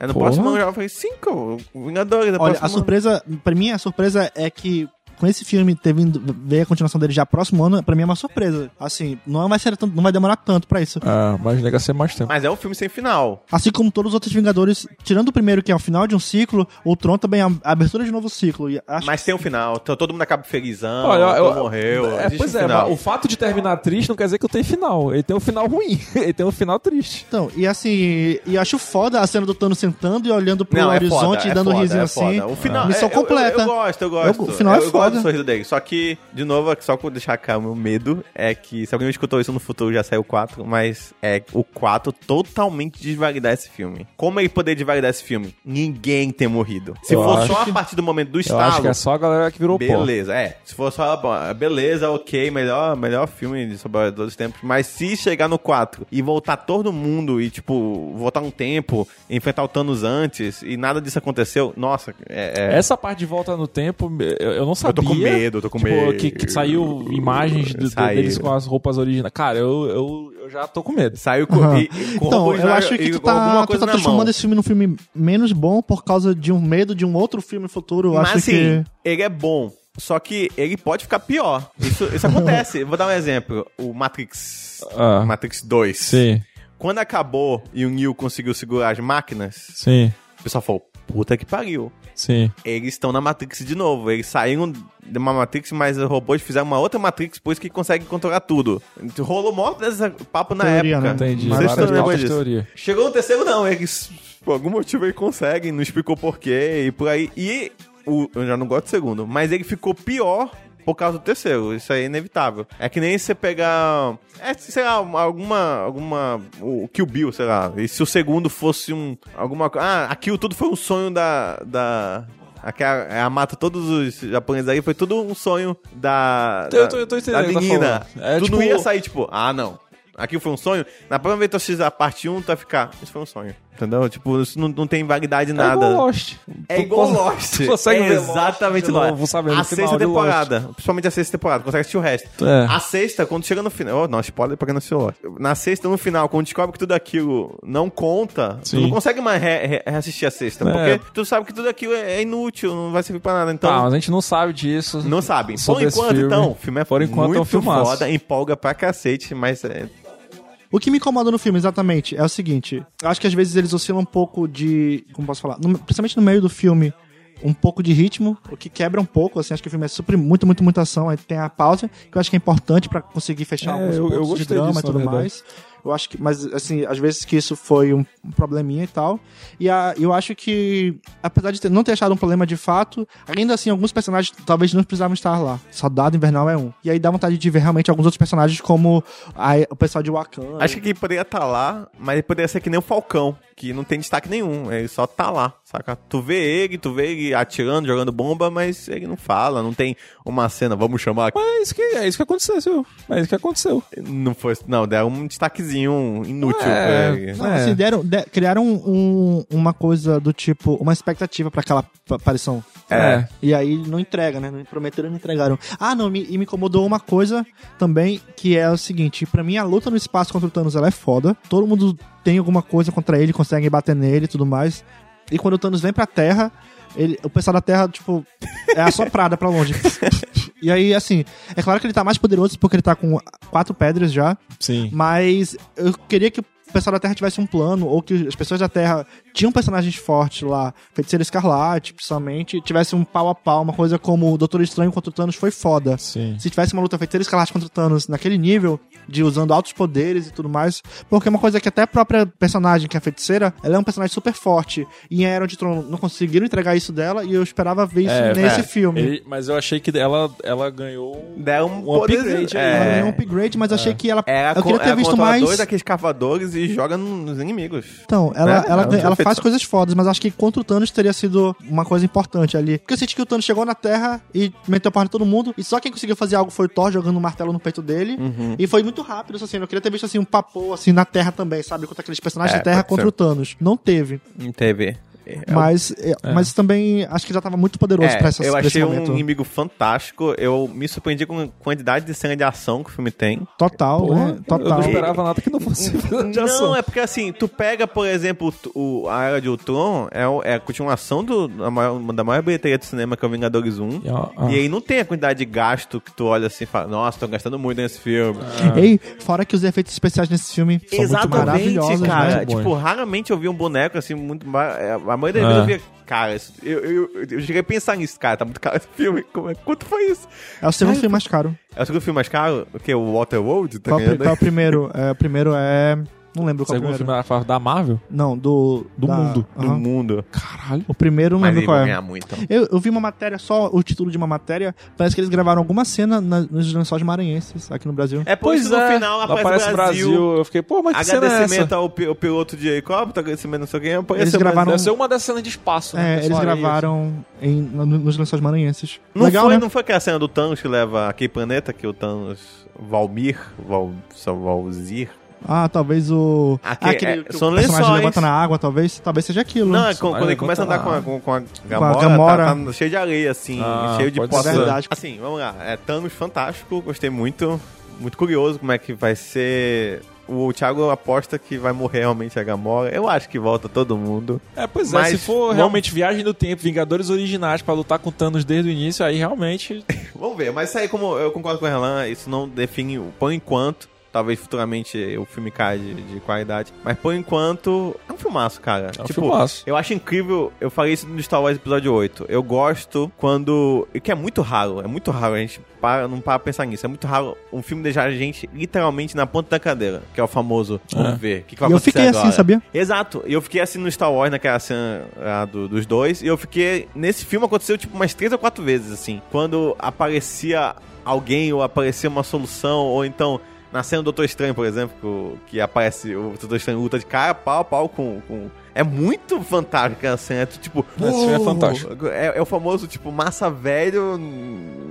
A: É no
G: Porra.
A: próximo ano já. Eu falei, cinco Vingadores. é
F: Olha,
A: próximo
F: a surpresa, pra mim, a surpresa é que com esse filme ter vindo ver a continuação dele já próximo ano, pra mim é uma surpresa. Assim, não vai ser tanto, não vai demorar tanto pra isso.
G: Ah, mas nega ser mais
A: ano.
G: tempo.
A: Mas é um filme sem final.
F: Assim como todos os outros Vingadores, tirando o primeiro que é o final de um ciclo, o Tron também é a abertura de novo ciclo. E acho
A: Mas tem um final. Então todo mundo acaba felizão.
G: Olha,
A: todo
G: eu-
A: morreu.
G: É,
A: existe
G: pois
A: um
G: é,
A: final.
G: mas o fato de terminar triste não quer dizer que eu tenho final. Ele tem um final ruim. Ele tem um final triste.
F: Então, e assim, e acho foda a cena do Tano sentando e olhando pro
A: Não, é
F: horizonte
A: foda,
F: e
A: é
F: dando
A: foda,
F: risinho
A: é
F: assim.
A: foda. O final,
F: Missão
A: é, eu-
F: completa.
A: Eu, eu gosto, eu gosto.
F: Eu- o final é
A: eu, eu gosto
F: foda.
A: do sorriso dele. Só que, de novo, só pra deixar cá o meu medo, é que se alguém escutou isso no futuro, já saiu o 4, mas é o 4 totalmente desvalidar esse filme. Como ele poderia desvalidar esse filme? Ninguém ter morrido. Se
G: Eu
A: for
G: acho
A: só a partir do momento do
G: Eu acho
A: estalo...
G: que é só a galera que virou pó.
A: Beleza, é. Se for só, bom, beleza, ok, melhor, melhor filme de sobre todos os tempos. Mas se chegar no 4 e voltar todo mundo e, tipo, voltar um tempo, enfrentar o Thanos antes e nada disso aconteceu, nossa, é. é-
G: Essa parte de volta no tempo, eu, eu não sabia.
A: tô com medo, eu tô com
G: Tipo,
A: medo.
G: Que, que saiu imagens do-
A: Saiu.
G: deles com as roupas originais. Cara, eu, eu, eu já tô com medo.
A: Saiu com,
F: Aham.
A: e- e com
F: Então,
A: robôs
F: eu
A: na-
F: acho que
A: e
F: tu
A: com alguma
F: tá, tu
A: coisa
F: tá
A: na mão.
F: transformando esse filme num filme menos bom por causa de um medo de um outro filme futuro. Eu
A: Mas
F: acho
A: assim,
F: que.
A: ele é bom. Só que ele pode ficar pior. Isso, isso acontece. Vou dar um exemplo. O Matrix.
G: Ah.
A: Matrix 2.
G: Sim,
A: Quando acabou e o Neo conseguiu segurar as máquinas,
G: sim,
A: O pessoal falou, puta que pariu.
G: sim.
A: Eles estão na Matrix de novo. Eles saíram de uma Matrix, mas os robôs fizeram uma outra Matrix, por isso que conseguem controlar tudo. Rolou mó desse papo na
F: Teoria,
A: época.
F: né?
G: Entendi.
A: Vocês
G: Várias
A: estão lembrando
G: altas
A: disso?
G: teorias.
A: Chegou no terceiro, não. Eles, por algum motivo, eles conseguem, não explicou porquê e por aí. E o, eu já não gosto do segundo, mas ele ficou pior por causa do terceiro. Isso aí é inevitável. É que nem você pegar. É, sei lá, uma- alguma. alguma o Kill Bill, sei lá. E se o segundo fosse um. Alguma coisa. Ah, aquilo tudo foi um sonho da. da... Aquela, a mata todos os japoneses aí foi tudo um sonho da.
G: Eu
A: da-
G: tô- eu tô entendendo
A: da
G: o que tá
A: menina.
G: falando. É,
A: tu
G: tipo-
A: não ia sair, tipo, ah, não. Aqui foi um sonho. Na próxima vez que tu assistir a parte 1, tu vai ficar. Isso foi um sonho. Entendeu? Tipo, isso não, não tem validade
G: É
A: nada.
G: igual Lost.
A: É
G: Tu
A: igual
G: cons-
A: Lost.
G: Tu consegue
A: é
G: ver Lost
A: exatamente
G: de
A: Lost.
G: novo, sabe? No
A: A
G: final
A: sexta
G: de Lost.
A: temporada. Principalmente a sexta temporada. Consegue assistir o resto.
G: É.
A: A sexta, quando chega no final... Oh, não, spoiler pra quem não assistiu Lost. Na sexta, no final, quando descobre que tudo aquilo não conta,
G: Sim.
A: tu não consegue mais re- re- reassistir a sexta.
G: É.
A: Porque tu sabe que tudo aquilo é é inútil, não vai servir pra nada. Então...
G: Tá, mas a gente não sabe disso.
A: Não sabem. Por
G: Sobre esse
A: enquanto,
G: filme.
A: então, o filme é
G: Por enquanto, é um
A: muito
G: filmaço.
A: foda, empolga pra cacete, mas é,
F: O que me incomoda no filme, exatamente, é o seguinte. Eu acho que às vezes eles oscilam um pouco de. Como posso falar? No- principalmente no meio do filme. um pouco de ritmo, o que quebra um pouco, assim, acho que o filme é super, muito, muito, muita ação, aí tem a pausa, que eu acho que é importante pra conseguir fechar
G: É,
F: alguns
G: eu- eu
F: pontos de
G: gostei
F: drama
G: disso,
F: e
G: na
F: tudo
G: verdade.
F: mais. Eu acho que, mas assim, às vezes que isso foi um probleminha e tal. E a- eu acho que, apesar de ter- não ter achado um problema de fato, ainda assim, alguns personagens talvez não precisavam estar lá. Soldado Invernal é um. E aí dá vontade de ver realmente alguns outros personagens, como a- o pessoal de Wakanda.
A: Acho que poderia estar lá, mas ele poderia ser que nem o Falcão, que não tem destaque nenhum, ele só tá lá, saca? Tu vê ele, tu vê ele atirando, jogando bomba, mas ele não fala, não tem uma cena, vamos chamar aqui.
G: É isso que, é isso que aconteceu. É isso que aconteceu.
A: Não foi, não, deram um destaquezinho inútil
G: É,
A: pra ele.
F: Não,
G: É.
F: assim, deram- de- criaram um- uma coisa do tipo, uma expectativa pra aquela pa- aparição.
A: É.
F: E aí não entrega, né? Não prometeram, não entregaram. Ah, não, me- e me incomodou uma coisa também, que é o seguinte, pra mim a luta no espaço contra o Thanos ela é foda. Todo mundo tem alguma coisa contra ele, consegue bater nele e tudo mais. E quando o Thanos vem pra Terra, ele- o pessoal da Terra, tipo, é assoprada pra longe. E aí, assim, é claro que ele tá mais poderoso porque ele tá com quatro pedras já.
G: Sim.
F: Mas eu queria que o pessoal da Terra tivesse um plano, ou que as pessoas da Terra tinham personagens fortes lá, Feiticeiro Escarlate, principalmente, tivesse um pau a pau, uma coisa como o Doutor Estranho contra o Thanos foi foda.
G: Sim.
F: Se tivesse uma luta Feiticeiro Escarlate contra o Thanos naquele nível, de usando altos poderes e tudo mais, porque é uma coisa que até a própria personagem, que é a feiticeira, ela é um personagem super forte, e em Era de Tron não conseguiram entregar isso dela, e eu esperava ver isso
G: É,
F: nesse
G: é.
F: filme.
G: Ele- mas eu achei que ela, ela ganhou
A: Deram um
G: um upgrade
A: poderzinho,
G: aí.
F: Ela
A: é.
F: ganhou um upgrade, mas achei que ela.
A: Ela,
F: eu queria
A: con-
F: ter
A: ela
F: visto
A: controla
F: mais.
A: dois daqueles cavadores e joga no- nos inimigos.
F: Então, ela,
A: Né?
F: ela,
A: Ela
F: ganha-
A: tinha
F: ela
A: feito
F: faz
A: só-
F: coisas fodas, mas acho que contra o Thanos teria sido uma coisa importante ali. Porque eu senti que o Thanos chegou na Terra e meteu a porra em todo mundo, e só quem conseguiu fazer algo foi o Thor jogando um martelo no peito dele.
A: Uhum.
F: E foi muito rápido essa cena. Eu queria ter visto assim um papo assim na Terra também, sabe? Contra aqueles personagens
A: É,
F: da Terra
A: pode
F: contra
A: ser.
F: o Thanos. Não teve.
A: Em TV. É,
F: Mas, é, mas também acho que já tava muito poderoso
A: É,
F: pra, essas,
A: eu
F: pra esse
A: achei um
F: momento.
A: inimigo fantástico. Eu me surpreendi com a quantidade de cena de ação que o filme tem.
F: Total, né?
G: Eu não
F: Total.
G: esperava nada que não fosse de ação.
A: Não, é porque assim, tu pega, por exemplo, o, o- a Era de Ultron, é, o- é a continuação do, da, maior, da maior bilheteria de cinema que é o Vingadores 1.
G: E, ó,
F: ah.
G: ó.
A: E aí não tem a quantidade de gasto que tu olha assim e fala, nossa, tô gastando muito nesse filme.
F: Ei, fora que os efeitos especiais nesse filme É. são muito maravilhosos,
A: Exatamente, cara.
F: né?
G: Muito bom,
A: Tipo, raramente eu vi um boneco assim, muito. ma- é, A maioria das
G: É.
A: vezes eu via. Cara, isso- eu, eu, eu, eu cheguei a pensar nisso, cara. Tá muito caro esse filme. Como é, quanto foi isso?
F: É o segundo filme mais caro.
A: É o segundo filme mais caro? O que? O Waterworld? Tá
F: Qual, o pri-
A: ganhando?
F: qual é o primeiro? É, o primeiro é. Não lembro qual é o
G: Segundo
F: primeiro.
G: filme ela fala da Marvel?
F: Não, do.
G: Do mundo.
A: do
F: aham.
A: mundo.
G: Caralho.
F: O primeiro eu não
A: Mas
F: lembro
A: ele
F: qual
A: vai
F: é.
A: ganhar muito.
F: Eu, eu vi uma matéria, só o título de uma matéria. Parece que eles gravaram alguma cena na- nos lençóis maranhenses aqui no Brasil.
A: É por isso no final aparece o Brasil.
G: Eu fiquei, pô, mas que cena é
A: Agradecimento
G: essa?
A: ao, pi- ao piloto de helicóptero, agradecimento não sei quem. apareceu,
F: Eles
A: mas-
F: gravaram-
G: Deve ser uma das cenas de espaço. né?
F: É,
G: Pessoal,
F: eles
G: aí,
F: gravaram em, no- nos lençóis maranhenses.
A: Não,
F: Legal,
A: foi,
F: né?
A: não foi aquela cena do Thanos que leva aquele planeta que é o Thanos. Valmir? Val, só Valzir?
F: Ah, talvez o.
A: Aqui-
F: aquele
A: é,
F: que o
A: são
F: personagem
A: lençóis.
F: levanta na água, talvez. Talvez seja aquilo.
A: Não, é quando,
G: Mas
A: quando ele
G: levanta
A: começa a andar
G: lá.
A: com a, com, com a
F: a
A: Gamora,
F: Gamora.
A: Tá, tá cheio de areia, assim,
G: Ah,
A: cheio de
G: pode
A: poça.
F: ser. Verdade.
A: Assim, vamos lá. É Thanos fantástico, gostei muito. Muito curioso como é que vai ser. O Thiago aposta que vai morrer realmente a Gamora. Eu acho que volta todo mundo.
G: É, pois
A: Mas
G: é, se for
A: vamos-
G: realmente viagem do tempo, Vingadores originais pra lutar com Thanos desde o início, aí realmente.
A: Vamos ver, mas isso aí, como eu concordo com o Erlan, isso não define o- por enquanto. Talvez futuramente o filme caia de, de qualidade. Mas por enquanto, é um filmaço, cara.
G: É um filmaço.
A: Eu acho incrível, eu falei isso no Star Wars Episódio 8. Eu gosto quando. e Que é muito raro, é muito raro, a gente para, não para pra pensar nisso. É muito raro um filme deixar a gente literalmente na ponta da cadeira, que é o famoso. Vamos
G: É.
A: ver. O que, que vai
F: E eu
A: acontecer
F: fiquei
A: agora?
F: assim, sabia?
A: Exato. E eu fiquei assim no Star Wars, naquela cena ah, do- dos dois. E eu fiquei. Nesse filme aconteceu tipo umas três ou quatro vezes, assim. Quando aparecia alguém ou aparecia uma solução, ou então. Na cena do Doutor Estranho, por exemplo, que o- que aparece o Doutor Estranho luta de cara, pau a pau com. com- É muito fantástico aquela cena. Tu, tipo,
G: Esse filme é
A: "Uou!"
G: fantástico.
A: É, é o famoso, tipo, massa velho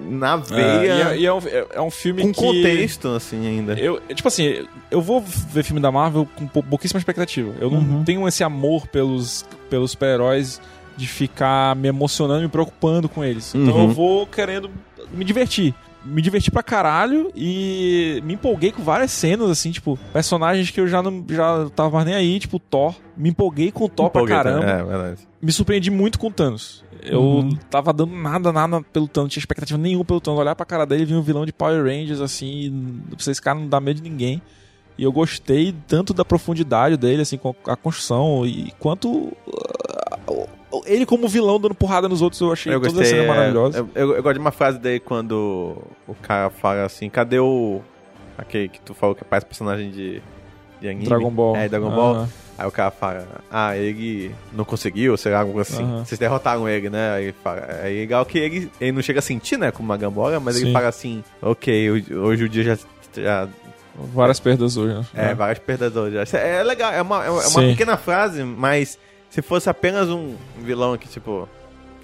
A: na
G: É,
A: veia.
G: e é, e é um, é- é um filme
A: com
G: que.
A: contexto, assim, ainda.
G: Eu, tipo assim, eu vou ver filme da Marvel com pou- pouquíssima expectativa. Eu não
F: Uhum.
G: tenho esse amor pelos, pelos super-heróis de ficar me emocionando e me preocupando com eles. Então
A: Uhum.
G: eu vou querendo me divertir. Me diverti pra caralho e me empolguei com várias cenas, assim, tipo, personagens que eu já não já tava mais nem aí, tipo, Thor. Me empolguei com o Thor
A: Empolguei
G: pra
A: também.
G: caramba
A: É, verdade.
G: me surpreendi muito com o Thanos. Eu
F: Uhum.
G: tava dando nada, nada pelo Thanos, não tinha expectativa nenhuma pelo Thanos. Olhar pra cara dele, vi um vilão de Power Rangers, assim, pra esse cara não dá medo de ninguém. E eu gostei tanto da profundidade dele, assim, com a construção, e quanto ah, ele como vilão dando porrada nos outros, eu achei
A: Eu
G: toda
A: gostei.
G: a cena
A: é,
G: maravilhosa.
A: Eu, eu- eu gosto de uma frase daí quando o cara fala assim: cadê o. Aquele que tu falou que parece personagem de. de anime?
G: Dragon Ball.
A: É, Dragon Ball.
G: Aham.
A: Aí o cara fala: ah, ele não conseguiu, sei lá, algo assim.
G: Aham.
A: Vocês derrotaram ele, né? Aí ele fala: é legal que ele, ele não chega a sentir, né, como uma gambola, mas ele
G: Sim.
A: fala assim: ok, hoje, hoje o dia já. já-
G: Várias perdas hoje, né?
A: é, várias perdas hoje. Isso É, é legal, é uma, é uma
G: Sim.
A: pequena frase, mas se fosse apenas um vilão aqui, tipo.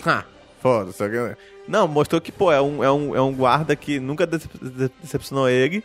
A: Ah, foda-se. alguém- Não, mostrou que, pô, é um, é um, é um guarda que nunca decep- de- decepcionou ele,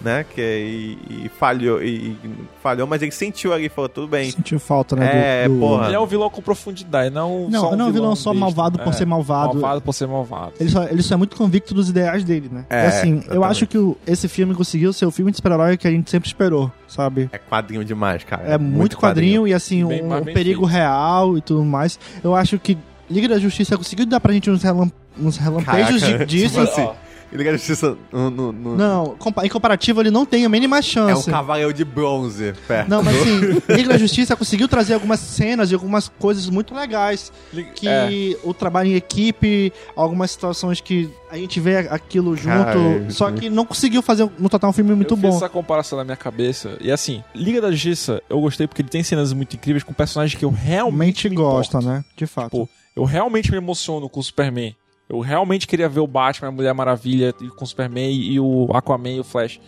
A: né? Que, e, e falhou, e, e falhou, mas ele sentiu ali, falou, tudo bem.
F: Sentiu falta, né?
A: É, porra.
G: Ele é um vilão com profundidade, não
F: Não,
G: só um
F: não é um vilão só
G: besta.
F: malvado por
G: É,
F: ser malvado.
G: Malvado por ser malvado.
F: Ele só, ele só é muito convicto dos ideais dele, né?
A: É,
F: E assim, eu
A: exatamente.
F: acho que o- esse filme conseguiu ser o filme de super-herói que a gente sempre esperou, sabe?
A: É quadrinho demais, cara.
F: É muito quadrinho e assim,
G: Bem-
F: um,
G: mas
F: um
G: bem
F: perigo
G: feito.
F: real e tudo mais. Eu acho que Liga da Justiça conseguiu dar pra gente uns, relam- uns relampejos
A: Caraca,
F: de- disso.
A: tipo assim, E Liga da Justiça no- no- no-
F: Não, compa- em comparativo ele não tem a mínima
A: é um
F: chance.
A: cavaleiro de bronze, perto.
F: não, mas assim, Liga da Justiça conseguiu trazer algumas cenas e algumas coisas muito legais. Que
G: É.
F: o trabalho em equipe, algumas situações que a gente vê aquilo junto.
A: Cara, é-
F: só que não conseguiu fazer no total um filme muito
G: eu
F: bom.
G: Fiz essa comparação na minha cabeça. E assim, Liga da Justiça, eu gostei porque ele tem cenas muito incríveis com personagens que eu realmente
F: Realmente
G: me
F: gosta,
G: importo.
F: né? De fato.
G: Tipo, eu realmente me emociono com o Superman. Eu realmente queria ver o Batman, a Mulher Maravilha e com o Superman e o Aquaman e o Flash.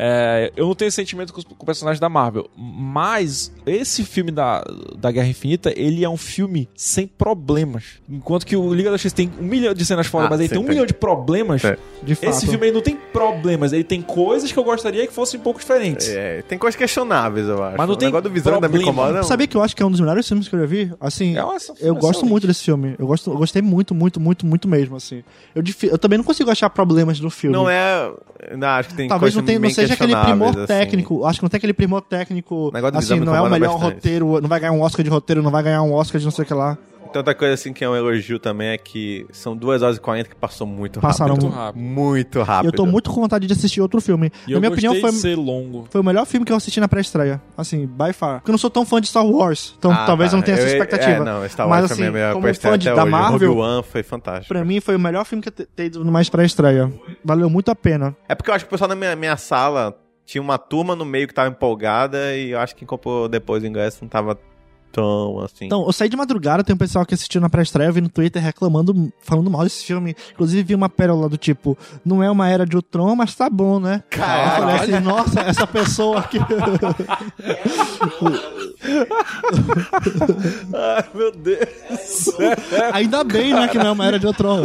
G: É, eu não tenho esse sentimento com, os- com o personagem da Marvel, mas esse filme da, da Guerra Infinita, ele é um filme sem problemas. Enquanto que o Liga da Justiça tem um milhão de cenas fora,
A: Ah,
G: mas ele
A: sim,
G: tem um
A: tem.
G: milhão de problemas.
A: É.
F: de fato.
G: Esse filme aí não tem problemas, ele tem coisas que eu gostaria que fossem um pouco diferentes.
A: É, tem coisas questionáveis, eu acho.
G: Mas não
A: o
G: tem
A: negócio do visão ainda me
G: problema.
A: incomoda.
F: Sabia que eu acho que é um dos melhores filmes que eu já vi? Assim,
G: É uma- essa-
F: eu
G: essa
F: gosto
G: lente.
F: muito desse filme. Eu, gosto, eu gostei muito, muito, muito, muito mesmo, assim. Eu, difi- eu também não consigo achar problemas no filme.
A: Não é. Não, acho que tem
F: Uhum. Talvez não,
A: coisas
F: tenha- não
A: meio
F: seja aquele
A: questionáveis,
F: primor
A: assim.
F: técnico. Acho que não tem aquele primor técnico.
A: negócio do
F: Assim,
A: exame
F: não é o
A: incomoda
F: melhor
A: bastante.
F: roteiro, não vai ganhar um Oscar de roteiro, não vai ganhar um Oscar de não sei o que lá.
A: Tanta coisa assim que é um elogio também é que são 2 horas e 40 que passou muito
F: Passaram
A: rápido.
G: muito rápido.
A: Muito
F: E
A: rápido.
F: eu tô muito com vontade de assistir outro filme.
G: E
F: Na
G: eu
F: minha opinião, foi,
G: gostei de ser longo.
F: foi o melhor filme que eu assisti na pré-estreia. Assim, by far. Porque eu não sou tão fã de Star Wars, então
A: Ah,
F: talvez
A: tá.
F: eu não tenha essa
A: é,
F: expectativa.
A: não, Star Wars
F: Mas
A: também
F: assim,
A: é a melhor
F: como
A: coisa que tem
F: fã de,
A: até
F: da
A: hoje.
F: Marvel,
A: Rogue One foi fantástico.
F: Pra mim foi o melhor filme que eu te- ter ido numa estreia. Valeu muito a pena.
A: É porque eu acho que o pessoal na minha, minha sala tinha uma turma no meio que tava empolgada e eu acho que quem comprou depois o ingresso não tava tão assim.
F: Então, eu saí de madrugada, tem um pessoal que assistiu na pré-estreia, eu vi no Twitter reclamando, falando mal desse filme. Inclusive vi uma pérola do tipo, não é uma era de Ultron, mas tá bom, né? Aí eu falei assim, nossa, essa pessoa aqui.
A: Ai, meu Deus.
F: Ainda bem, né, que não é uma era de Ultron.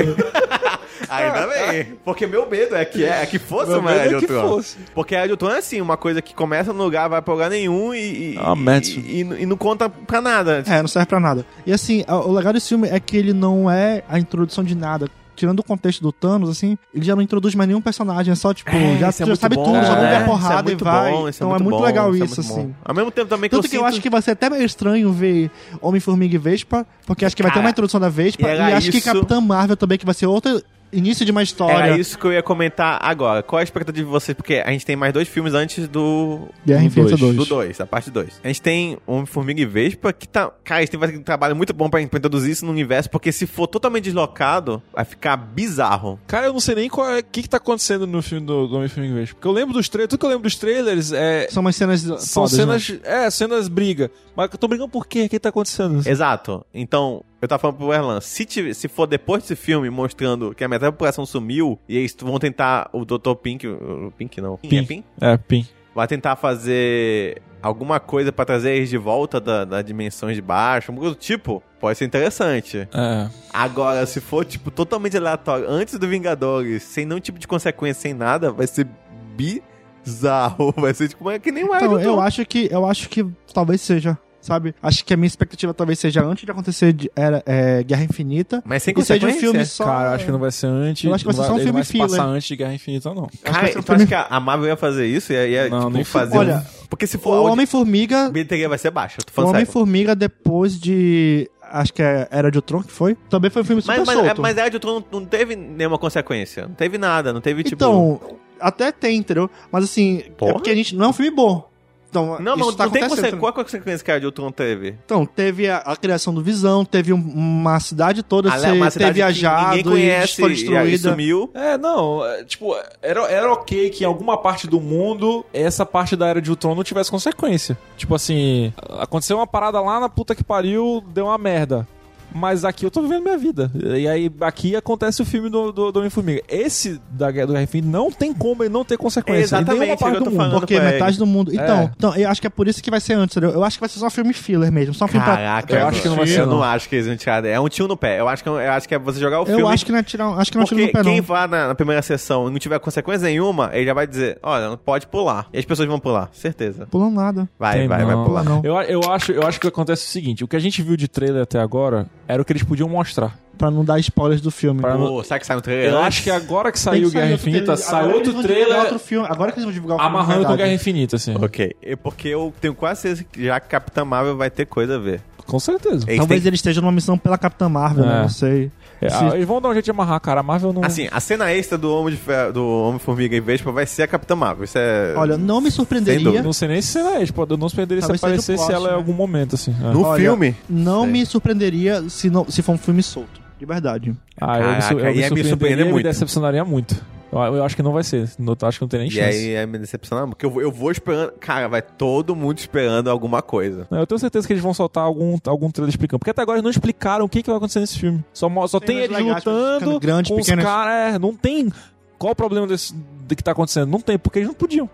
A: Ainda bem. Porque meu medo é que, é, que fosse
G: Meu
A: uma
G: medo
A: Era de
G: é que
A: Ultron.
G: fosse.
A: Porque a Era de Ultron é assim, uma coisa que começa no lugar, vai pra lugar nenhum e. e-
G: Ah, merda.
A: e, e- e não conta pra nada.
F: É, não serve pra nada. E assim, o o legal desse filme é que ele não é a introdução de nada. Tirando o contexto do Thanos, assim, ele já não introduz mais nenhum personagem, é só, tipo,
A: É,
F: já,
A: isso é
F: já
A: muito
F: sabe
A: bom,
F: tudo, só vamos
A: né?
F: ver a porrada
A: Isso
F: e
A: é muito
F: vai.
A: bom, isso
F: então é muito,
A: bom,
F: legal isso,
A: é muito bom.
F: assim.
A: Ao mesmo tempo também É que
F: Tanto que eu
A: sinto-
F: acho que vai ser até meio estranho ver Homem-Formiga e Vespa, porque acho que vai ter
A: Cara,
F: uma introdução da Vespa, e,
A: era
F: acho que
A: isso-
F: Capitã Marvel também, que vai ser outro início de uma história.
A: Era é isso que eu ia comentar agora. Qual a expectativa de vocês? Porque a gente tem mais dois filmes antes do.
F: Guerra
A: do
F: Infinita
A: dois,
F: 2.
A: Do 2, da parte 2. A gente tem Homem-Formiga e Vespa, que tá. Cara, a gente vai ter um trabalho muito bom pra, pra introduzir isso no universo, porque se for totalmente deslocado, vai ficar bizarro.
G: Cara, eu não sei nem qual é- o que, que tá acontecendo no filme do, do Homem-Formiga e Vespa. Porque eu lembro dos trailers, tudo que eu lembro dos trailers é.
F: São umas cenas
G: São
F: fodas, né?
G: cenas. É, cenas briga. Mas eu tô brigando por quê? O que tá acontecendo?
A: Exato. Então, eu tava falando pro Erlan, se, tive- se for depois desse filme mostrando que a metade da população sumiu, e eles vão tentar o Dr. Pink. O Pink não. Pink. É Pink?
G: É, Pim.
A: Vai tentar fazer alguma coisa pra trazer eles de volta da, da dimensão de baixo, alguma coisa do tipo. Pode ser interessante.
G: É.
A: Agora, se for, tipo, totalmente aleatório, antes do Vingadores, sem nenhum tipo de consequência, sem nada, vai ser bizarro. Vai ser, tipo, é que nem o
F: Então,
A: Iron
F: eu
A: Man.
F: acho que eu acho que talvez seja, sabe? Acho que a minha expectativa talvez seja antes de acontecer de- era, é, Guerra Infinita.
A: Mas sem
F: que seja
A: consequência.
F: um filme só.
G: Cara, eu acho que não vai ser antes.
F: Eu acho que vai ser
G: não
F: só um
G: ele não
F: filme
G: vai se passar
F: filler.
G: antes de Guerra Infinita, não.
A: Cara,
F: Acho que vai ser um
A: tu acha que a Marvel ia fazer isso? Ia, ia
G: Não,
A: tipo,
G: nem
A: fazer.
F: fudeu. Olha,
A: porque se
F: O
A: for. Homem. A
F: Homem-Formiga,
A: bilheteria vai ser baixa, eu tô
F: o
A: falando sério.
F: Homem-Formiga depois de acho que é Era de Ultron que foi, também foi um filme super
A: Mas, mas, é,
F: solto.
A: mas a Era de Ultron não, não teve nenhuma consequência. Não teve nada, não teve, tipo.
F: Então, até Então, tem, entendeu? Mas assim,
A: Porra.
F: é porque a gente não é um filme bom. Então,
A: Não,
F: isso
A: mas
F: tá
A: não tem
F: acontecendo.
A: consequência. Qual a consequência que a de Ultron teve?
F: Então, teve a, a criação do Visão, teve um- uma cidade toda
A: Ale-
F: ser,
A: Ah, uma
F: ter
A: cidade que
F: viajado
A: ninguém conhece,
F: e foi
A: e aí
F: destruída.
A: sumiu.
G: É, não, é, tipo, era, era ok que em alguma parte do mundo essa parte da era de Ultron não tivesse consequência. Tipo assim, aconteceu uma parada lá na puta que pariu, deu uma merda. Mas aqui eu tô vivendo minha vida. E aí aqui acontece o filme do, do, do Homem-Formiga. Esse da Guerra do Guerra Infinita não tem como ele não ter consequência. em nenhuma
A: Exatamente, é o que
G: parte
A: eu
G: do
A: tô
G: mundo.
A: falando.
F: Porque
A: pra
F: metade
A: ele.
F: do mundo. Então,
G: É.
F: então, eu acho que é por isso que vai ser antes, entendeu? Eu acho que vai ser só um filme filler mesmo. Só um filme
A: Caraca,
F: pra.
G: eu acho que não vai ser,
A: Eu
G: não.
A: não acho que eles vão tirar. É um tio no pé. Eu acho que, eu acho que é você jogar o
F: Eu
A: filme.
F: acho que não é tirar, acho que não é tiro
A: porque
F: no pé,
A: quem
F: não.
A: vá na, na primeira sessão e não tiver consequência nenhuma, ele já vai dizer: olha, não pode pular. E as pessoas vão pular, certeza.
F: Pulam nada.
A: Vai,
G: Tem
A: vai, vai
G: não.
A: pular.
F: Não.
G: Eu, a- eu, acho, eu acho que acontece o seguinte: o que a gente viu de trailer até agora era o que eles podiam mostrar.
F: Pra não dar spoilers do filme.
G: Pra não-
A: Pô, será que sai no
G: Eu
A: trailer? antes?
G: acho que agora que
F: Tem
G: saiu
F: que
G: o Guerra
F: sair outro trailer.
G: Infinita, saiu
F: Agora que eles vão
G: outro
F: divulgar
G: trailer
F: outro filme. Agora que eles vão divulgar o filme.
G: amarrando com
F: verdade.
G: Guerra Infinita, assim.
F: Ah,
A: Ok, é porque eu tenho quase certeza que já que Capitã Marvel vai ter coisa a ver.
G: Com certeza.
A: Eles
F: Talvez
A: têm-
F: ele esteja numa missão pela Capitã Marvel, né?
G: É.
F: Não sei.
G: É,
F: Se-
G: ah, Eles vão dar um jeito de amarrar, cara. A Marvel
F: Hum.
G: não.
A: Assim, a cena extra do Homem, de Fe- do Homem Formiga e Vespa vai ser a Capitã Marvel. Isso é.
F: Olha, não me
A: Sem dúvida.
F: surpreenderia.
G: não sei nem se será isso. Pode, eu não se perderia se
F: Talvez seja o
G: aparecesse
F: plot,
G: ela em
F: né?
G: algum momento, assim. É.
A: no
F: olha,
A: filme.
F: Não
A: Sei.
F: me surpreenderia se, não, se for um filme solto. De verdade.
G: Ah, eu, me su-
A: Caraca, ia
G: eu me
A: me surpreender
G: surpreenderia e me
A: muito.
G: decepcionaria muito. Eu, eu acho que não vai ser. Não, eu acho que não tem nem
A: E
G: chance.
A: aí é me decepcionar, porque eu, vou- eu vou esperando. Cara, vai todo mundo esperando alguma coisa.
G: Não, Eu tenho certeza que eles vão soltar algum, algum trailer explicando. Porque até agora eles não explicaram o que, que vai acontecer nesse filme. Só, mo- só tem
F: Cenas
G: eles
F: legais,
G: lutando
F: ficando grandes,
G: com os
F: pequenas.
G: caras. É, não tem. Qual o problema desse, de que tá acontecendo? Não tem, porque eles não podiam.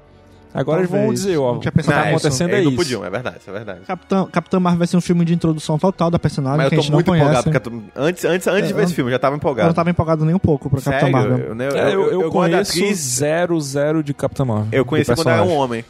G: Agora eles vão
F: Talvez.
G: dizer, ó,
F: Não
G: o que
F: tinha
G: tá
F: pensado nisso.
G: acontecendo é
A: Eles não
G: isso.
A: podiam, é verdade, isso é verdade.
F: Capitã, Capitã Marvel vai ser um filme de introdução total da personagem
A: Mas
F: que
A: eu
F: a
A: tô
F: gente não
A: muito empolgado,
F: conhece.
A: porque eu tô- antes, antes, antes de
F: É,
A: ver esse
F: eu-
A: filme, eu já tava
F: Eu não
A: empolgado.
F: tava empolgado nem um pouco pra Capitã
A: Sério,
F: Marvel.
A: eu, eu,
G: É, Eu, eu,
A: gosto da
G: conheço zero, zero de Capitã Marvel.
A: Eu
G: do
A: conheci quando era um
G: personagem.
A: homem.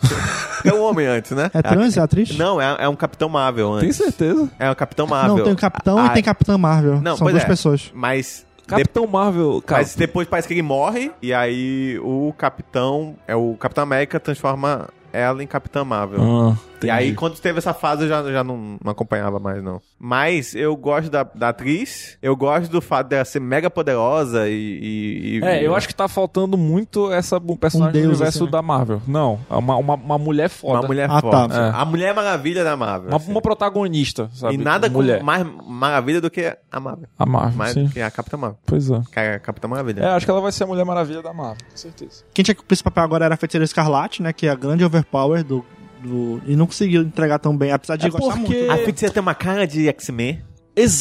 A: é um homem antes, né?
F: É trans, é atriz?
A: Não, é, é um Capitão Marvel
G: Tem
A: antes.
G: certeza?
A: É um Capitão Marvel.
F: Não, tem o Capitão
A: Ah,
F: e tem Capitã Marvel.
A: Não,
F: São
A: pois
F: duas
A: é.
F: pessoas.
A: Mas. de-
G: Capitão Marvel, cara.
A: Mas depois parece que ele morre, e aí o Capitão. É o Capitão América transforma ela em Capitã Marvel.
G: Ah,
A: E aí,
G: entendi.
A: quando teve essa fase, eu já, já não, não acompanhava mais, não. Mas eu gosto da, da atriz, eu gosto do fato dela ser mega poderosa e. e- e-
G: É, eu acho que tá faltando muito essa bu- personagem do
F: deus,
G: universo
F: assim, né?
G: da Marvel. Não, é uma, uma, uma mulher foda.
A: Uma mulher
F: Ah, tá.
A: forte.
G: É.
A: A mulher maravilha da Marvel.
G: Uma,
A: assim.
G: uma protagonista, sabe?
A: E nada com
G: mulher.
A: mais maravilha do que a Marvel.
G: A Marvel,
A: Mais
G: sim.
A: do que a Capitã Marvel.
G: Pois é.
A: Que a Capitã Maravilha.
G: É, acho que ela vai ser a Mulher Maravilha da Marvel, com certeza.
F: Quem tinha que esse papel agora era a Feiticeira Escarlate, né? Que é a grande overpower do... do- E não conseguiu entregar tão bem, apesar de
G: É
F: gostar
G: porque-
F: muito.
A: A feiticeira tem uma cara de X-Men.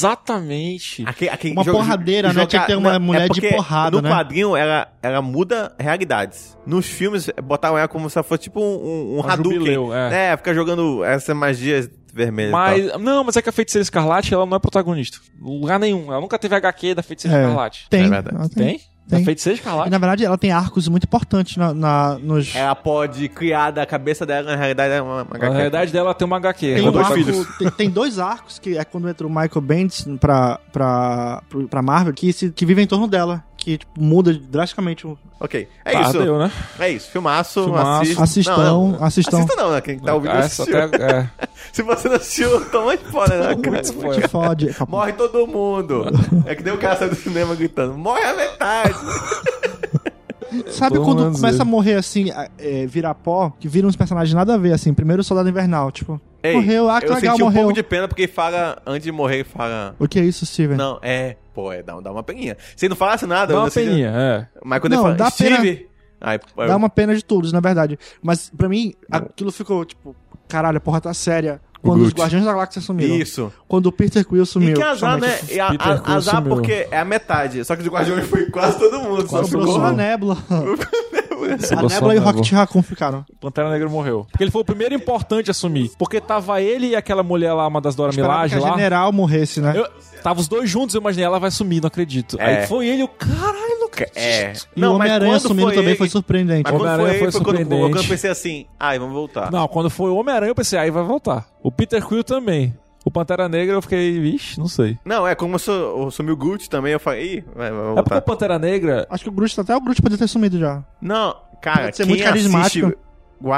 G: Exatamente.
A: Aquele- aquele
F: Uma
A: jogo-
F: porradeira, né?
A: jogar-
F: Tinha que ter uma
A: Não,
F: mulher de
A: porque
F: porrada,
A: No
F: né?
A: quadrinho, ela, ela muda realidades. Nos filmes, botaram ela como se ela fosse tipo um, um, um
G: Uma
A: Hadouken.
G: jubileu, é.
A: é, fica jogando essa magia vermelha. e tal.
G: Mas, não, mas é que a Feiticeira Escarlate, ela não é protagonista. Em Lugar nenhum. Ela nunca teve HQ da Feiticeira
F: É.
G: Escarlate.
F: Tem.
A: É verdade.
F: ela
G: Tem? É,
F: Tem.
G: Da Feiticeira
F: E,
G: Escarlate?
F: na verdade, ela tem arcos muito importantes na, na- nos...
A: Ela pode criar da cabeça dela, na realidade, é uma, uma
G: Na
A: HQ.
G: realidade dela tem uma HQ.
F: Tem,
G: Ela
F: um
A: É, dois
G: tá-
F: arco-
A: filhos.
F: tem- tem dois arcos que é quando entra o Michael Bendis pra, pra, pro- pra Marvel que, se, que vive em torno dela. Que tipo, muda drasticamente. o-
A: Ok. É
G: Tá,
A: isso.
G: deu, né?
A: É isso. Filmaço,
G: Filmaço.
A: assista.
F: Assistam,
A: Não, não,
F: assistam.
A: Assista não, né? Quem tá ouvindo
G: Ah, essa
A: assistiu.
G: até- é.
A: Se você não assistiu, toma de fora, né, cara?
G: Muito spoiler.
F: Fode.
A: Morre todo mundo. É que nem o cara sai do cinema gritando. Morre a metade.
F: Sabe
G: Todo
F: quando
G: mundo
F: começa
G: dizer.
F: a morrer assim, a- é, virar pó, que vira uns personagens nada a ver, assim. Primeiro o Soldado Invernal, tipo.
A: Ei,
F: morreu, ah, que
A: eu
F: legal,
A: senti um
F: morreu.
A: pouco de pena porque fala, antes de morrer, fala.
F: O que é isso, Steven?
A: Não, é. Pô, é, dá, dá uma peninha. Se não falasse nada,
G: Dá
A: eu
G: uma
A: não sei-
G: peninha, é.
A: Mas quando
F: Não,
A: ele fala,
F: dá pena-
A: Steve. Aí, eu-
F: Dá uma pena de todos, na verdade. Mas pra mim, aquilo ficou, tipo, caralho, a porra tá séria. Quando os
G: Groot.
F: Guardiões da Galáxia sumiram.
A: Isso.
F: Quando o Peter Quill sumiu.
A: E que azar, né?
F: principalmente.
A: E a-
G: Peter
A: a-
G: Quill
A: azar
G: sumiu.
A: porque é a metade. Só que os Guardiões foi quase todo mundo. Só
G: Quase
A: sobrou
F: Sobrou
G: todo mundo.
A: só-
F: a Nebula.
A: Ah,
F: a
A: é
G: Sobrou só
F: Nebula e o
G: a
F: Rocket Raccoon ficaram.
G: Pantera Negra morreu. Porque ele foi o primeiro importante a assumir. Porque tava ele e aquela mulher lá, uma das
A: é
G: Dora
F: Esperava que
G: Milaje
F: a
G: lá.
F: general morresse, né?
G: Eu, tava os dois juntos, eu imaginei, ela vai sumir, não acredito.
A: É.
G: Aí foi ele, eu, caralho, não acredito.
A: É.
F: E o Homem-Aranha
A: quando
F: assumindo também
A: ele-
F: foi surpreendente.
A: Mas quando
G: Homem-Aranha
A: foi, foi,
G: foi
A: foi quando eu
G: surpreendente.
A: quando eu pensei assim, ai, vamos voltar.
G: Não, quando foi o Homem-Aranha, eu pensei, aí vai voltar. O Peter Quill também. O Pantera Negra, eu fiquei, vixe, não sei.
A: Não, é como se eu sumi o Groot também, eu falei, ih, vai, vai
G: É porque
A: voltar.
G: o Pantera Negra,
F: Acho que o Groot, até o Groot podia ter sumido já.
A: Não, cara,
F: Pode ser
A: quem
F: muito carismático.
A: assiste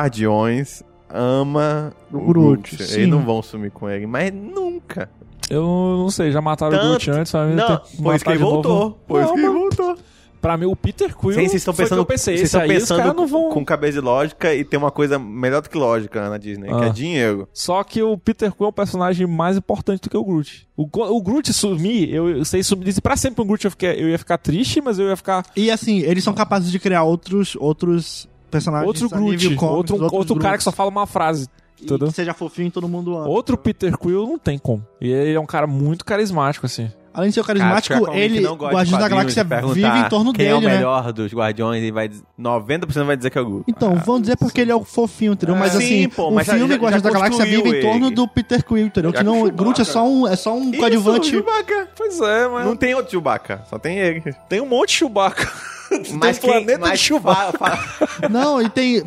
A: Guardiões ama
F: O
A: o,
F: Groot,
A: Groot.
F: sim.
A: Eles não vão sumir com ele, mas nunca.
G: eu não sei, já mataram o
A: Tanto-
G: Groot antes, pra mim
A: não,
G: tem que
A: por isso
G: matar
A: que ele
G: de novo.
A: voltou. Por
G: Não,
A: isso que ele
G: mas-
A: voltou.
G: Pra mim, o Peter Quill
F: um-
A: Sim, vocês estão
G: foi
A: pensando,
G: que eu pensei.
A: vocês
G: Esse
A: estão
G: aí, os
A: pensando
G: caras não vão...
A: com cabeça de lógica e tem uma coisa melhor do que lógica na Disney, que
G: Ah.
A: é dinheiro.
G: Só que o Peter Quill é um personagem mais importante do que o Groot. O, Go- o Groot sumir, eu, eu sei sumir, se pra sempre o Groot eu, fiquei- eu ia ficar triste, mas eu ia ficar
F: E assim, eles são capazes de criar outros, outros
A: Ah,
F: personagens.
G: outro
A: é
F: a nível
G: Groot,
F: cômico,
G: outro,
F: outros
G: outro cara
F: Groots.
G: que só fala uma frase,
F: E
G: entendeu?
F: Que seja fofinho e todo mundo ama.
G: Outro Peter Quill não tem como. E ele é um cara muito carismático, assim.
F: Além de ser o
A: Cara,
F: carismático,
A: se tiver alguém
F: ele,
A: que
F: o
A: não gosta de
F: Guardiões da
A: quadrinhos,
F: Galáxia
A: de
F: vive
A: perguntar
F: em torno
A: quem
F: dele,
A: é o
F: né?
A: melhor dos Guardiões e vai dizer- 90% vai dizer que é o Groot.
F: Então, vão dizer porque ele é o fofinho, entendeu? Mas
A: Sim,
F: assim,
A: pô,
F: o
A: mas já-
F: filme
A: já- já
F: Guardiões da Galáxia
A: construiu
F: vive em torno
A: ele.
F: do Peter Quill, entendeu?
A: Já
F: Que não, o
A: construiu,
F: Groot é
A: cara.
F: só um, é só um
A: Isso,
F: coadjuvante.
A: Chewbacca.
G: Pois é, mas
A: Não tem outro Chewbacca, só tem ele.
G: tem um monte de Chewbacca.
A: Mas
G: tem um planeta de Chewbacca.
A: fa- fa-
F: Não, e tem.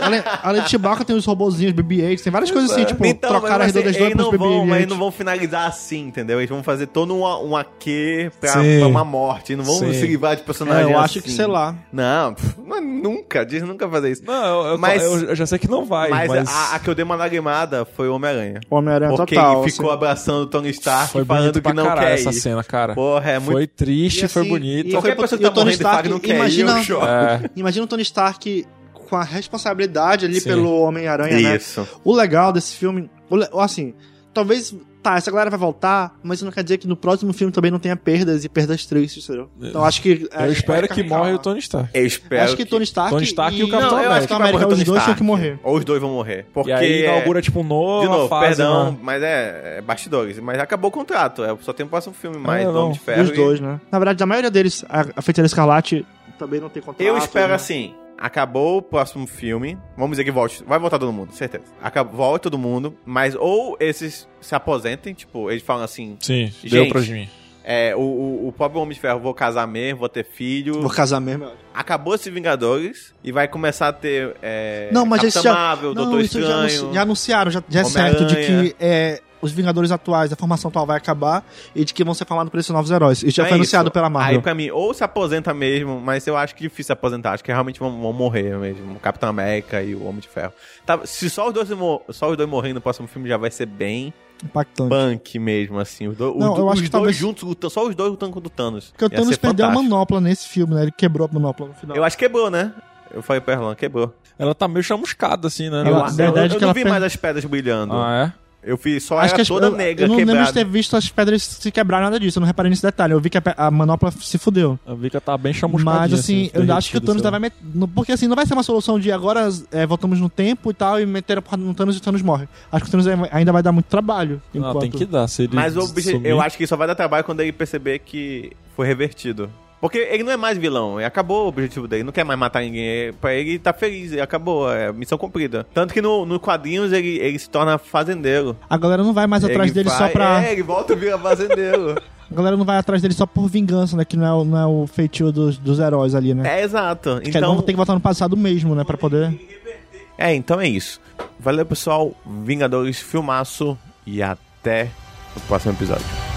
F: Além, além de Chewbacca, tem os robozinhos BB-8, tem várias coisas assim, tipo,
A: Então, mas
F: trocar as
A: assim,
F: redondas
A: eles
F: dois pros
A: não vão, mas eles não
F: BB-8.
A: vão finalizar assim, entendeu? Eles vão fazer todo um, um aqui pra,
G: Sim.
A: pra uma morte. Não vão
G: Sim.
A: se livrar de
F: É,
A: personagem
F: eu acho que,
A: assim.
F: sei lá.
A: Não, pff, mas nunca. Diz nunca fazer isso.
G: Não, eu, eu-
A: Mas-
G: eu já sei que não vai,
A: mas
G: mas...
A: A, a que eu dei uma lagrimada foi o Homem-Aranha.
F: Homem-Aranha
A: Porque
F: total.
A: ele ficou
F: assim.
A: abraçando o Tony Stark
G: Foi
A: falando
G: bonito
A: que
G: pra
A: não
G: caralho
A: quer
G: essa
A: isso.
G: cena, cara.
A: Porra, é
G: Foi
A: muito...
G: triste,
F: E
G: foi
F: assim,
G: bonito.
F: e
A: Qualquer
F: foi-
A: pessoa
F: e
A: que
F: o
A: tá
F: Tony
A: morrendo e fala que
F: Stark,
A: não quer
F: imagina-
A: ir, eu choro.
G: É,
F: Imagina o Tony Stark com a responsabilidade ali
G: Sim.
F: pelo Homem-Aranha, né?
A: Isso.
F: O legal desse filme. o le- Assim, talvez. Tá, essa galera vai voltar, mas isso não quer dizer que no próximo filme também não tenha perdas e perdas tristes, entendeu? Então acho que. acho
A: É,
G: eu
F: pode
G: espero
F: ficar
G: que
F: calma.
G: morre o Tony Stark.
A: Eu espero
F: Acho que Tony Stark.
G: Tony Stark e o Capitão
A: Não, eu acho que vai morrer o
F: América, os
A: Tony
F: dois tinham
A: Stark.
F: que morrer.
A: Ou os dois vão morrer. Porque... é,
G: E aí inaugura, tipo, um novo
A: De novo,
G: fase,
A: perdão,
G: né?
A: mas é, é bastidores. Mas acabou o contrato. É, só tem o próximo filme mais
G: não,
A: do Homem de Ferro.
F: Dos
A: e-
F: dois, né? Na verdade, a maioria deles, a, a Feiticeira Escarlate também não tem contrato.
A: Eu espero
F: né?
A: assim. Acabou o próximo filme. Vamos dizer que volte. Vai voltar todo mundo, certeza. Acab volta todo mundo. Mas ou esses se aposentem, tipo, eles falam assim:
G: Sim,
A: Gente,
G: deu pra mim.
A: é, o, o, o próprio Homem de Ferro, vou casar mesmo, vou ter filho.
F: Vou casar mesmo. eu acho.
A: Acabou esse Vingadores e vai começar a ter. É,
F: Não, mas
A: Capitã
F: esse já-
A: Marvel, Doutor
F: isso
A: Estranho.
F: já, anunci- já anunciaram, já, já é certo de
A: Homem-Aranha.
F: que é, os Vingadores atuais, a formação atual vai acabar e de que vão ser formados por esses novos heróis. Isso já
A: É
F: foi anunciado
A: isso.
F: pela Marvel.
A: Aí pra mim, ou se aposenta mesmo, mas eu acho que é difícil se aposentar. Acho que realmente vão, vão morrer mesmo. O Capitão América e o Homem de Ferro. Tá, se só os dois, mo- só os dois morrerem no próximo filme já vai ser bem
F: Impactante.
A: punk mesmo, assim. Os, do,
F: Não,
A: os,
F: eu acho
A: os dois
F: que talvez-
A: juntos, lutando, só os dois lutando contra o Thanos.
F: Porque o
A: Ia
F: Thanos
A: ser
F: perdeu a
A: fantástico.
F: manopla nesse filme, né? Ele quebrou a manopla no final.
A: Eu acho que quebrou, né? Eu falei pra Erlan, quebrou.
G: Ela tá meio chamuscada, assim, né?
F: Eu-
A: Eu,
G: Ela-
A: eu,
F: verdade
A: eu
F: que
A: não
F: ela
A: vi
F: per-
A: mais as pedras brilhando.
G: Ah, é?
A: Eu vi só
F: Acho
A: ela
F: as-
A: toda
F: eu,
A: negra,
F: eu não lembro de
A: quebrada.
F: ter visto as pedras se quebrar nada disso. Eu não reparei nesse detalhe. Eu vi que a, pe- a manopla se fudeu.
G: Eu vi que ela tá bem chamuscadinha.
F: Mas assim, eu acho que o
G: derretida,
F: Thanos
G: sei lá.
F: vai met... no- Porque assim, não vai ser uma solução de agora é, voltamos no tempo e tal, e meter a porrada no Thanos e o Thanos morre. Acho que o Thanos ai- ainda vai dar muito trabalho.
G: Não,
F: enquanto-
G: tem que dar. Se ele
A: Mas o obje-
G: sumir-
A: eu acho que só vai dar trabalho quando ele perceber que foi revertido. Porque ele não é mais vilão, e acabou o objetivo dele, não quer mais matar ninguém. é- Pra ele tá feliz, e acabou, é missão cumprida. Tanto que no, no quadrinhos ele, ele se torna fazendeiro.
F: A galera não vai mais atrás
A: Ele
F: dele
A: vai-
F: só pra.
A: É, ele volta e vira fazendeiro.
F: A galera não vai atrás dele só por vingança, né? Que não é, o- não é o feitio dos, dos heróis ali, né?
A: é, exato.
F: Então... Cada um
A: Então,
F: tem que voltar no passado mesmo, né? Pra poder.
A: é, então é isso. Valeu, pessoal. Vingadores, filmaço. E até o próximo episódio.